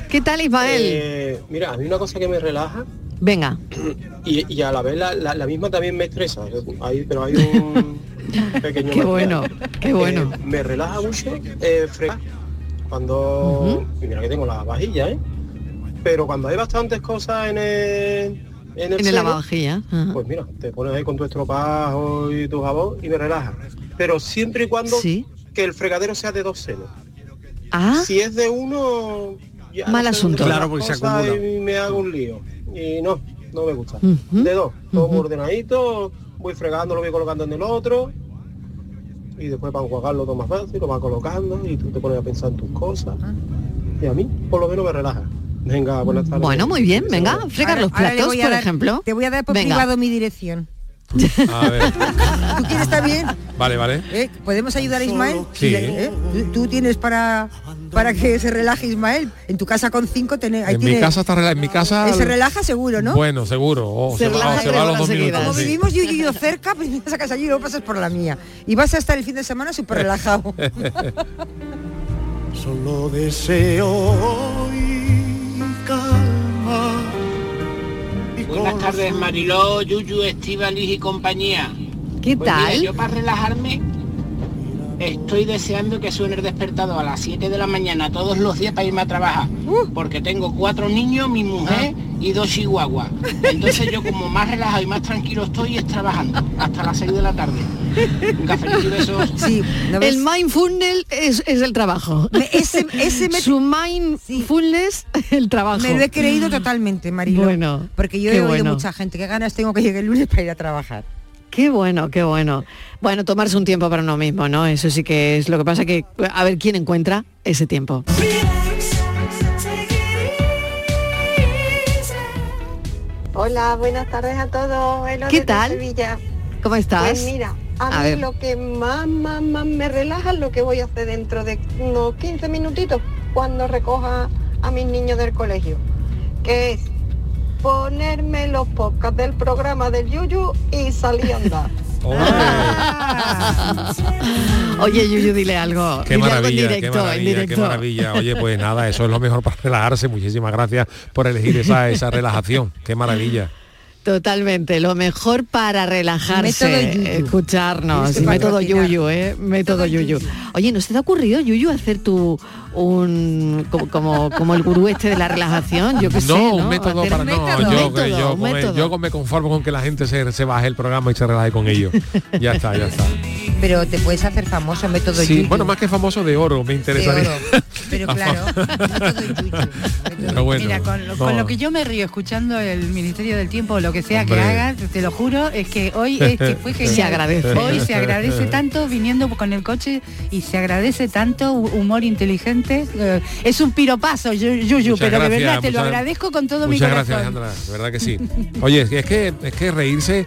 Speaker 3: ¿Qué tal, Ismael?
Speaker 16: Eh, mira, a mí una cosa que me relaja
Speaker 3: Venga,
Speaker 16: y, y a la vez la, la- la misma también me estresa, Hay- pero hay un pequeño...
Speaker 3: qué
Speaker 16: matiz.
Speaker 3: bueno, qué bueno.
Speaker 16: Eh, me relaja mucho eh, fre- cuando... y Mira que tengo la vajilla, ¿eh? Pero cuando hay bastantes cosas en el... En el,
Speaker 3: En el
Speaker 16: suelo,
Speaker 3: lavavajilla. ajá.
Speaker 16: Pues mira, te pones ahí con tu estropajo y tu jabón y me relaja. Pero siempre y cuando
Speaker 3: Sí.
Speaker 16: que el fregadero sea de dos celos.
Speaker 3: Ah,
Speaker 16: Si es de uno, ya
Speaker 3: Mal
Speaker 16: no sé,
Speaker 3: asunto.
Speaker 16: otra
Speaker 3: Claro, porque se
Speaker 16: cosa
Speaker 3: acumula.
Speaker 16: Y me hago un lío. Y no, no me gusta.
Speaker 3: Ujú.
Speaker 16: De dos, todo
Speaker 3: Ujú.
Speaker 16: ordenadito, voy fregando, lo voy colocando en el otro. Y después para enjuagarlo todo más fácil, lo vas colocando y tú te pones a pensar en tus cosas.
Speaker 3: Ah.
Speaker 16: Y a mí, por lo menos, me relaja. Venga, buenas tardes.
Speaker 3: bueno, muy bien, venga, fregar
Speaker 16: Ahora-
Speaker 3: los
Speaker 16: ahora le
Speaker 3: platos,
Speaker 16: voy a
Speaker 3: por
Speaker 16: dar-
Speaker 3: ejemplo.
Speaker 4: Te voy a dar por
Speaker 3: Venga.
Speaker 4: privado mi dirección.
Speaker 5: A ver,
Speaker 4: ¿Tú quieres estar bien?
Speaker 5: vale, vale.
Speaker 4: ¿Eh? ¿Podemos ayudar a Ismael?
Speaker 5: Sí.
Speaker 4: ¿Eh? ¿Tú- ¿Tú tienes para para que se relaje Ismael? En tu casa con cinco tenés, ahí
Speaker 5: En mi
Speaker 4: tiene-
Speaker 5: casa está rela- en mi casa.
Speaker 4: Eh, se relaja seguro, ¿no?
Speaker 5: Bueno, seguro. o se, va, o se va a los dos
Speaker 4: Como
Speaker 5: minutos. sí.
Speaker 4: vivimos yo y yo cerca, pues vienes a casa y luego pasas por la mía. Y vas hasta el fin de semana súper relajado.
Speaker 1: Solo deseo hoy calma.
Speaker 21: Buenas tardes, Mariló, Yuyu, Estivalis y compañía.
Speaker 3: ¿Qué
Speaker 21: Pues mira,
Speaker 3: tal?
Speaker 21: yo para relajarme estoy deseando que suene el despertador a las 7 de la mañana todos los días para irme a trabajar.
Speaker 3: Uh.
Speaker 21: Porque tengo cuatro niños, mi mujer
Speaker 3: Ah.
Speaker 21: y dos chihuahuas. Entonces yo como más relajado y más tranquilo estoy es trabajando hasta las 6 de la tarde. Un cafelito y besos.
Speaker 3: el mindfulness es, es el trabajo.
Speaker 4: ese- ese me-
Speaker 3: Su mindfulness, el trabajo.
Speaker 4: Me lo he creído totalmente, Marilo.
Speaker 3: Bueno,
Speaker 4: porque yo he
Speaker 3: qué
Speaker 4: oído
Speaker 3: bueno.
Speaker 4: mucha gente. Qué ganas tengo que llegue el lunes para ir a trabajar.
Speaker 3: Qué bueno, qué bueno. Bueno, tomarse un tiempo para uno mismo, ¿no? Eso sí que es lo que pasa que a ver quién encuentra ese tiempo.
Speaker 27: Hola, buenas tardes a todos. Elo
Speaker 3: ¿Qué
Speaker 27: desde
Speaker 3: tal?
Speaker 27: Sevilla.
Speaker 3: ¿Cómo estás?
Speaker 27: Pues mira, a,
Speaker 3: A
Speaker 27: mí
Speaker 3: ver.
Speaker 27: lo que más, más, más me relaja es lo que voy a hacer dentro de unos 15 minutitos cuando recoja a mis niños del colegio, que es ponerme los podcasts del programa del Yuyu y salir a andar.
Speaker 3: Oye, Yuyu, dile algo.
Speaker 5: Qué
Speaker 3: Dile algo
Speaker 5: maravilla,
Speaker 3: en directo,
Speaker 5: qué
Speaker 3: en
Speaker 5: maravilla, qué
Speaker 3: directo.
Speaker 5: maravilla. Oye, pues nada, eso es lo mejor para relajarse. Muchísimas gracias por elegir esa, esa relajación. Qué maravilla.
Speaker 3: Totalmente, lo mejor para relajarse,
Speaker 5: Método yuyu.
Speaker 3: escucharnos,
Speaker 5: Tienes que
Speaker 3: método
Speaker 5: patrocinar.
Speaker 3: yuyu, eh, método yuyu. Oye, ¿no se te ha ocurrido yuyu hacer tu un como como, como el gurú este de la relajación? Yo qué sé,
Speaker 5: no,
Speaker 3: Pues ¿no?
Speaker 5: un método
Speaker 3: Hacer-
Speaker 5: para no,
Speaker 3: Un
Speaker 5: yo, que
Speaker 3: método,
Speaker 5: yo,
Speaker 3: un
Speaker 5: con-
Speaker 3: método.
Speaker 5: yo con- me conformo con que la gente se, se baje el programa y se relaje con ello. Ya está, ya está.
Speaker 4: Pero te puedes hacer famoso, método
Speaker 5: Sí,
Speaker 4: YouTube.
Speaker 5: bueno, más que famoso de oro, me interesaría.
Speaker 4: oro, pero claro,
Speaker 5: Pero bueno,
Speaker 6: Mira, con lo, con
Speaker 5: no.
Speaker 6: lo que yo me río escuchando el Ministerio del Tiempo, lo que sea
Speaker 5: Hombre.
Speaker 6: que hagas, te lo juro, es que hoy es que fue genial.
Speaker 3: Se agradece.
Speaker 6: Hoy se agradece tanto viniendo con el coche y se agradece tanto hu- humor inteligente. Eh, es un piropazo, Yu- Yuyu,
Speaker 5: Muchas
Speaker 6: pero de
Speaker 5: gracias,
Speaker 6: verdad te lo
Speaker 5: muchas-
Speaker 6: agradezco con todo mi
Speaker 5: Muchas
Speaker 6: corazón.
Speaker 5: gracias, Alejandra, de verdad que sí. Oye, es que- es que, es que reírse,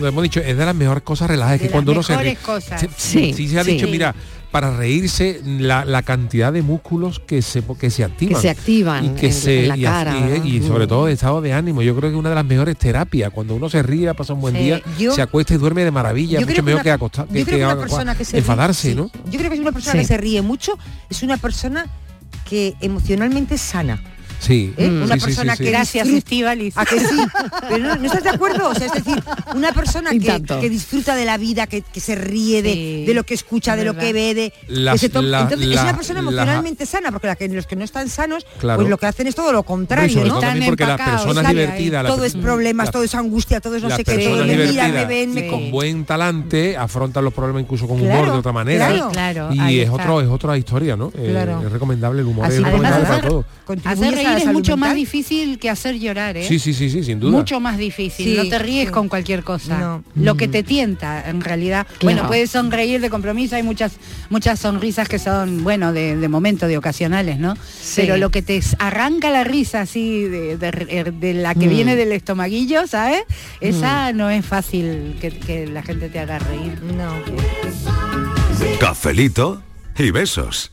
Speaker 5: lo hemos dicho, es de las mejores cosas relajas, es
Speaker 6: De
Speaker 5: que cuando uno
Speaker 6: las
Speaker 5: se ríe.
Speaker 6: mejores cosas.
Speaker 5: Sí, sí se ha
Speaker 6: sí.
Speaker 5: dicho, mira, para reírse, la, la cantidad de músculos que se, que se activan.
Speaker 3: se activan
Speaker 5: y que
Speaker 3: en-
Speaker 5: se,
Speaker 3: en la
Speaker 5: y a-
Speaker 3: cara. Mm.
Speaker 5: Y, y sobre todo de estado de ánimo. Yo creo que es una de las mejores terapias. Cuando uno se ríe, pasa un buen
Speaker 4: Sí,
Speaker 5: día,
Speaker 4: yo-
Speaker 5: se acuesta y duerme de maravilla.
Speaker 4: yo creo
Speaker 5: Mucho
Speaker 4: que
Speaker 5: mejor
Speaker 4: una-
Speaker 5: que acostar,
Speaker 4: yo
Speaker 5: que,
Speaker 4: creo que una
Speaker 5: agua-
Speaker 4: persona que se ríe,
Speaker 5: enfadarse,
Speaker 4: sí.
Speaker 5: ¿no?
Speaker 4: Yo creo que es una persona que
Speaker 3: Sí.
Speaker 4: se ríe mucho, es una persona que emocionalmente es sana.
Speaker 5: Sí.
Speaker 4: ¿eh?
Speaker 5: Mm.
Speaker 4: Una
Speaker 5: Sí, sí,
Speaker 4: persona
Speaker 5: sí, sí.
Speaker 4: que
Speaker 5: Gracias,
Speaker 4: Estivalis. ¿A que sí? Pero no, ¿no estás de acuerdo? O sea, es decir, una persona
Speaker 9: Y
Speaker 4: que,
Speaker 9: tanto.
Speaker 4: que disfruta de la vida, que, que se ríe de, de lo que escucha,
Speaker 9: es
Speaker 4: de lo
Speaker 9: verdad.
Speaker 4: que ve, de...
Speaker 5: Las-
Speaker 4: que se toma-
Speaker 5: la-
Speaker 4: Entonces, es
Speaker 5: la-
Speaker 4: una persona
Speaker 5: la-
Speaker 4: emocionalmente sana, porque la que- los que no están sanos,
Speaker 5: Claro.
Speaker 4: pues lo que hacen es todo lo contrario,
Speaker 5: sobre
Speaker 4: ¿no?
Speaker 5: todo también porque las Empacados, personas
Speaker 4: Claro,
Speaker 5: divertidas, las
Speaker 4: Todo es
Speaker 5: per- Mm.
Speaker 4: problemas,
Speaker 5: las-
Speaker 4: todo es angustia, todo es no
Speaker 5: las
Speaker 4: sé qué, todo
Speaker 5: personas
Speaker 4: es me mira, me
Speaker 5: divertidas,
Speaker 4: ven, me
Speaker 5: con buen talante afrontan los problemas incluso con humor
Speaker 4: Claro,
Speaker 5: de otra manera
Speaker 4: claro. Sí, claro, ahí
Speaker 5: y es
Speaker 4: está.
Speaker 5: otro es otra historia no Eh,
Speaker 6: Claro.
Speaker 5: es recomendable el humor
Speaker 6: Así
Speaker 5: es
Speaker 6: que
Speaker 5: recomendable
Speaker 6: además
Speaker 5: para todo
Speaker 6: Hacer
Speaker 4: a la
Speaker 6: reír es
Speaker 4: salud
Speaker 6: mucho más
Speaker 4: mental.
Speaker 6: difícil que hacer llorar, ¿eh?
Speaker 5: sí sí sí sí sin duda
Speaker 6: Mucho más difícil,
Speaker 4: Sí,
Speaker 6: no te ríes con cualquier cosa. Lo
Speaker 5: Mm.
Speaker 6: que te tienta, en realidad. Bueno, puedes sonreír de compromiso, hay muchas muchas sonrisas que son, bueno, de, de momento, de ocasionales, ¿no? Pero lo que te s- arranca la risa así, de, de- de la que
Speaker 9: Mm.
Speaker 6: viene del estomaguillo, ¿sabes? Esa
Speaker 4: Mm.
Speaker 6: no es fácil que, que la gente te haga reír.
Speaker 28: Cafelito y besos.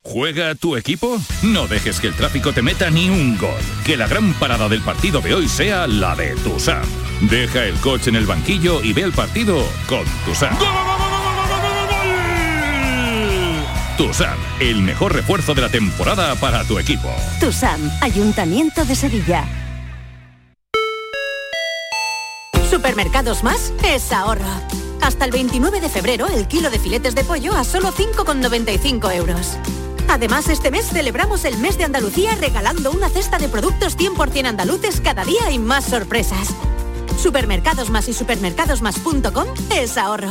Speaker 1: ¿Juega tu equipo? No dejes que el tráfico te meta ni un gol. Que la gran parada del partido de hoy sea la de Tusam. Deja el coche en el banquillo y ve el partido con Tusam. Tusam, el mejor refuerzo de la temporada para tu equipo.
Speaker 29: TUSAM, Ayuntamiento de Sevilla.
Speaker 19: Supermercados Más es ahorro. Hasta el 29 de febrero, el kilo de filetes de pollo a solo 5,95 euros. Además, este mes celebramos el mes de Andalucía regalando una cesta de productos 100% andaluces cada día y más sorpresas. Supermercados Más y supermercadosmás.com es ahorro.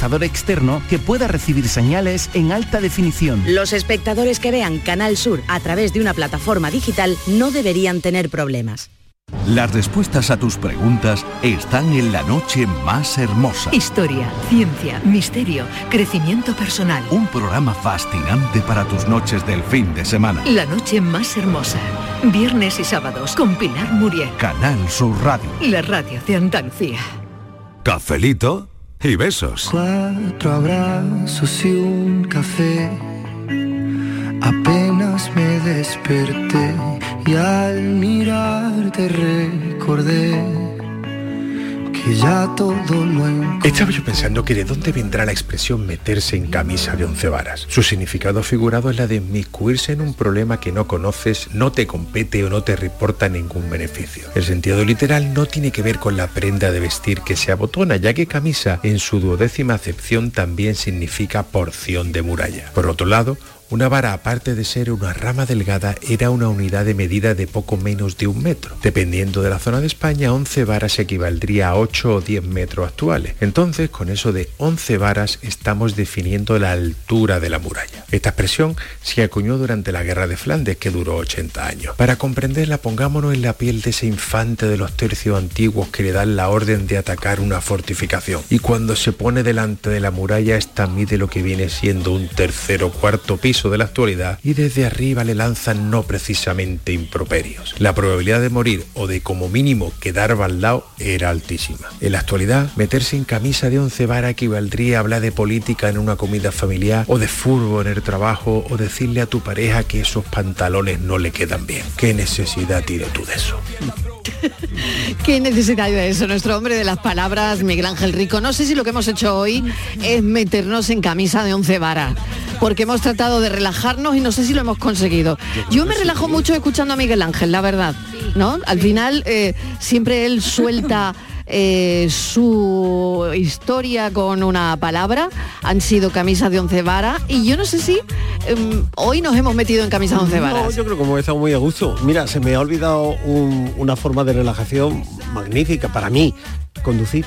Speaker 29: externo que pueda recibir señales en alta definición.
Speaker 30: Los espectadores que vean Canal Sur a través de una plataforma digital no deberían tener problemas.
Speaker 1: Las respuestas a tus preguntas están en la noche más hermosa.
Speaker 3: Historia, ciencia, misterio, crecimiento personal.
Speaker 1: Un programa fascinante para tus noches del fin de semana.
Speaker 3: La noche más hermosa. Viernes y sábados con Pilar Muriel.
Speaker 1: Canal Sur Radio.
Speaker 3: La radio de Andalucía.
Speaker 28: Cafelito y besos.
Speaker 31: Cuatro abrazos y un café. Apenas me desperté y al mirarte recordé que ya todo lo
Speaker 8: Estaba yo pensando que de dónde vendrá la expresión meterse en camisa de once varas. Su significado figurado es la de inmiscuirse en un problema que no conoces, no te compete o no te reporta ningún beneficio. El sentido literal no tiene que ver con la prenda de vestir que se abotona, ya que camisa en su duodécima acepción también significa porción de muralla. Por otro lado, una vara, aparte de ser una rama delgada, era una unidad de medida de poco menos de un metro. Dependiendo de la zona de España, 11 varas equivaldría a 8 o 10 metros actuales. Entonces, con eso de 11 varas, estamos definiendo la altura de la muralla. Esta expresión se acuñó durante la Guerra de Flandes, que duró 80 años. Para comprenderla, pongámonos en la piel de ese infante de los tercios antiguos que le dan la orden de atacar una fortificación. Y cuando se pone delante de la muralla, esta mide lo que viene siendo un tercero o cuarto piso peso de la actualidad y desde arriba le lanzan no precisamente improperios. La probabilidad de morir o de como mínimo quedar balao era altísima. En la actualidad, meterse en camisa de once vara equivaldría a hablar de política en una comida familiar o de furbo en el trabajo o decirle a tu pareja que esos pantalones no le quedan bien. ¿Qué necesidad tienes tú de eso?
Speaker 3: Qué necesidad de eso, nuestro hombre de las palabras, Miguel Ángel Rico. No sé si lo que hemos hecho hoy es meternos en camisa de once varas, porque hemos tratado de relajarnos y no sé si lo hemos conseguido. Yo me relajo mucho escuchando a Miguel Ángel, la verdad, ¿no? Al final eh, siempre él suelta. eh, su historia con una palabra han sido camisas de once varas y yo no sé si em, hoy nos hemos metido en camisas de once varas.
Speaker 10: No, yo creo que hemos estado muy a gusto. Mira, se me ha olvidado un- una forma de relajación magnífica para mí, conducir.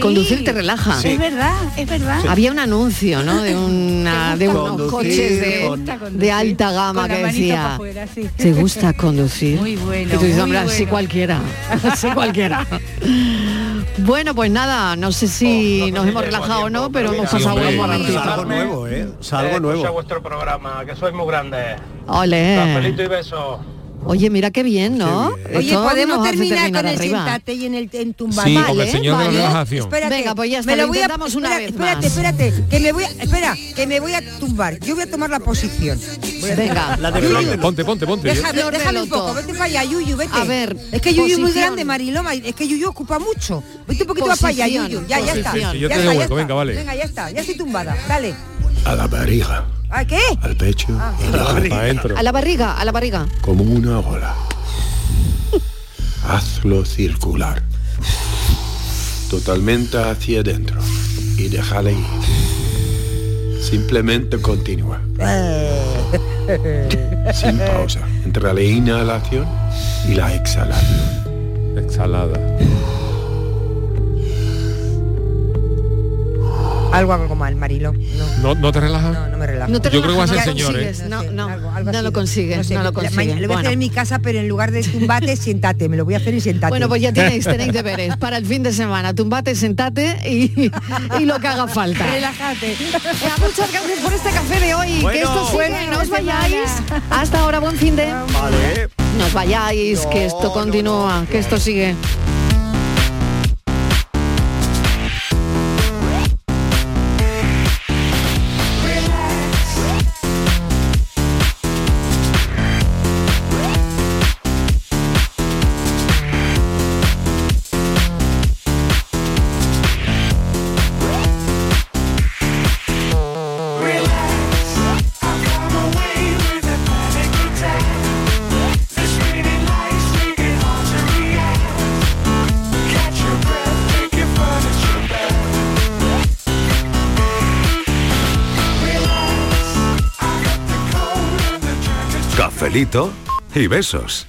Speaker 3: Conducir te relaja.
Speaker 10: Sí.
Speaker 6: Es verdad, es verdad.
Speaker 3: Había un anuncio, ¿no? De, una, de unos
Speaker 6: Conducir
Speaker 3: coches de,
Speaker 6: con- Te gusta conducir.
Speaker 3: de alta gama
Speaker 6: Con la
Speaker 3: que
Speaker 6: manita pa'
Speaker 3: decía,
Speaker 6: fuera, sí.
Speaker 3: ¿te gusta conducir?
Speaker 6: Muy bueno,
Speaker 3: Y tú dices,
Speaker 6: muy
Speaker 3: hombre, así
Speaker 6: bueno.
Speaker 3: cualquiera, así cualquiera. Bueno, pues nada, Oh, no sé si nos hemos relajado o no, pero hemos pasado un buen ratito.
Speaker 10: nuevo, ¿eh? Es algo nuevo.
Speaker 16: vuestro programa, que sois muy grande.
Speaker 3: Ole.
Speaker 16: Cafelito y besos.
Speaker 3: Oye, mira qué bien, ¿no?
Speaker 4: Oye,
Speaker 3: Esto
Speaker 4: podemos
Speaker 3: nos hace
Speaker 4: terminar, con el
Speaker 3: arriba.
Speaker 4: sentate y en el en tumbar.
Speaker 3: Sí, con el señor de la relajación.
Speaker 4: Espérate,
Speaker 3: Venga, pues ya está,
Speaker 4: me lo
Speaker 3: lo
Speaker 4: voy a,
Speaker 3: intentamos una
Speaker 4: espera-
Speaker 3: vez
Speaker 4: espérate,
Speaker 3: más.
Speaker 4: espérate, que me voy a, espera, que me voy a tumbar. Yo voy a tomar la posición. Voy a-
Speaker 3: Venga.
Speaker 11: La de Flor, ponte, ponte, ponte.
Speaker 4: Déjame,
Speaker 3: Flor de
Speaker 4: déjame un
Speaker 3: Loto.
Speaker 4: poco, vete para allá, Yuyu, vete.
Speaker 3: A ver,
Speaker 4: es que Yuyu es muy
Speaker 3: posición.
Speaker 4: grande, Mariloma, es que Yuyu ocupa mucho. Vete un poquito más para allá,
Speaker 3: Posición,
Speaker 4: Yuyu. Ya, ya está.
Speaker 11: posición. Sí, sí, yo
Speaker 4: ya
Speaker 11: te
Speaker 4: está, ya
Speaker 11: devuelvo,
Speaker 4: está.
Speaker 11: venga, vale.
Speaker 4: Venga, ya está, ya estoy tumbada. Dale.
Speaker 2: A la barriga,
Speaker 4: ¿A qué?
Speaker 2: al pecho y luego para adentro.
Speaker 3: A la barriga, a la barriga.
Speaker 2: Como una bola. Hazlo circular. Totalmente hacia adentro. Y déjale ir. Simplemente continúa. Sin pausa. Entre la inhalación y la exhalación. Exhalada.
Speaker 4: Algo hago mal, Marilo.
Speaker 11: ¿No,
Speaker 4: No.
Speaker 11: no te relajas?
Speaker 4: No, me relajo.
Speaker 3: No te
Speaker 11: Yo creo que va a
Speaker 3: relajas,
Speaker 11: ser
Speaker 3: no lo
Speaker 11: señor, ¿eh?
Speaker 3: consigues, No, no,
Speaker 4: algo
Speaker 3: no
Speaker 4: así.
Speaker 3: lo consigues, no,
Speaker 4: sé,
Speaker 3: lo
Speaker 4: la-
Speaker 3: consigues.
Speaker 4: mañana Lo voy a hacer en
Speaker 3: Bueno.
Speaker 4: mi casa, pero en lugar de tumbate, siéntate. Me lo voy a hacer y siéntate.
Speaker 3: Bueno, pues ya tenéis, tenéis deberes para el fin de semana. Tumbate, sentate y, y lo que haga falta.
Speaker 4: Relájate.
Speaker 3: Ya, Eh, muchas gracias por este café de hoy. que
Speaker 4: Bueno.
Speaker 3: esto suene,
Speaker 4: Bueno,
Speaker 3: no os
Speaker 4: buena
Speaker 3: vayáis. Hasta ahora, buen fin de.
Speaker 10: Vale.
Speaker 3: No os vayáis, que esto continúa, que esto sigue.
Speaker 1: Cafelito y besos.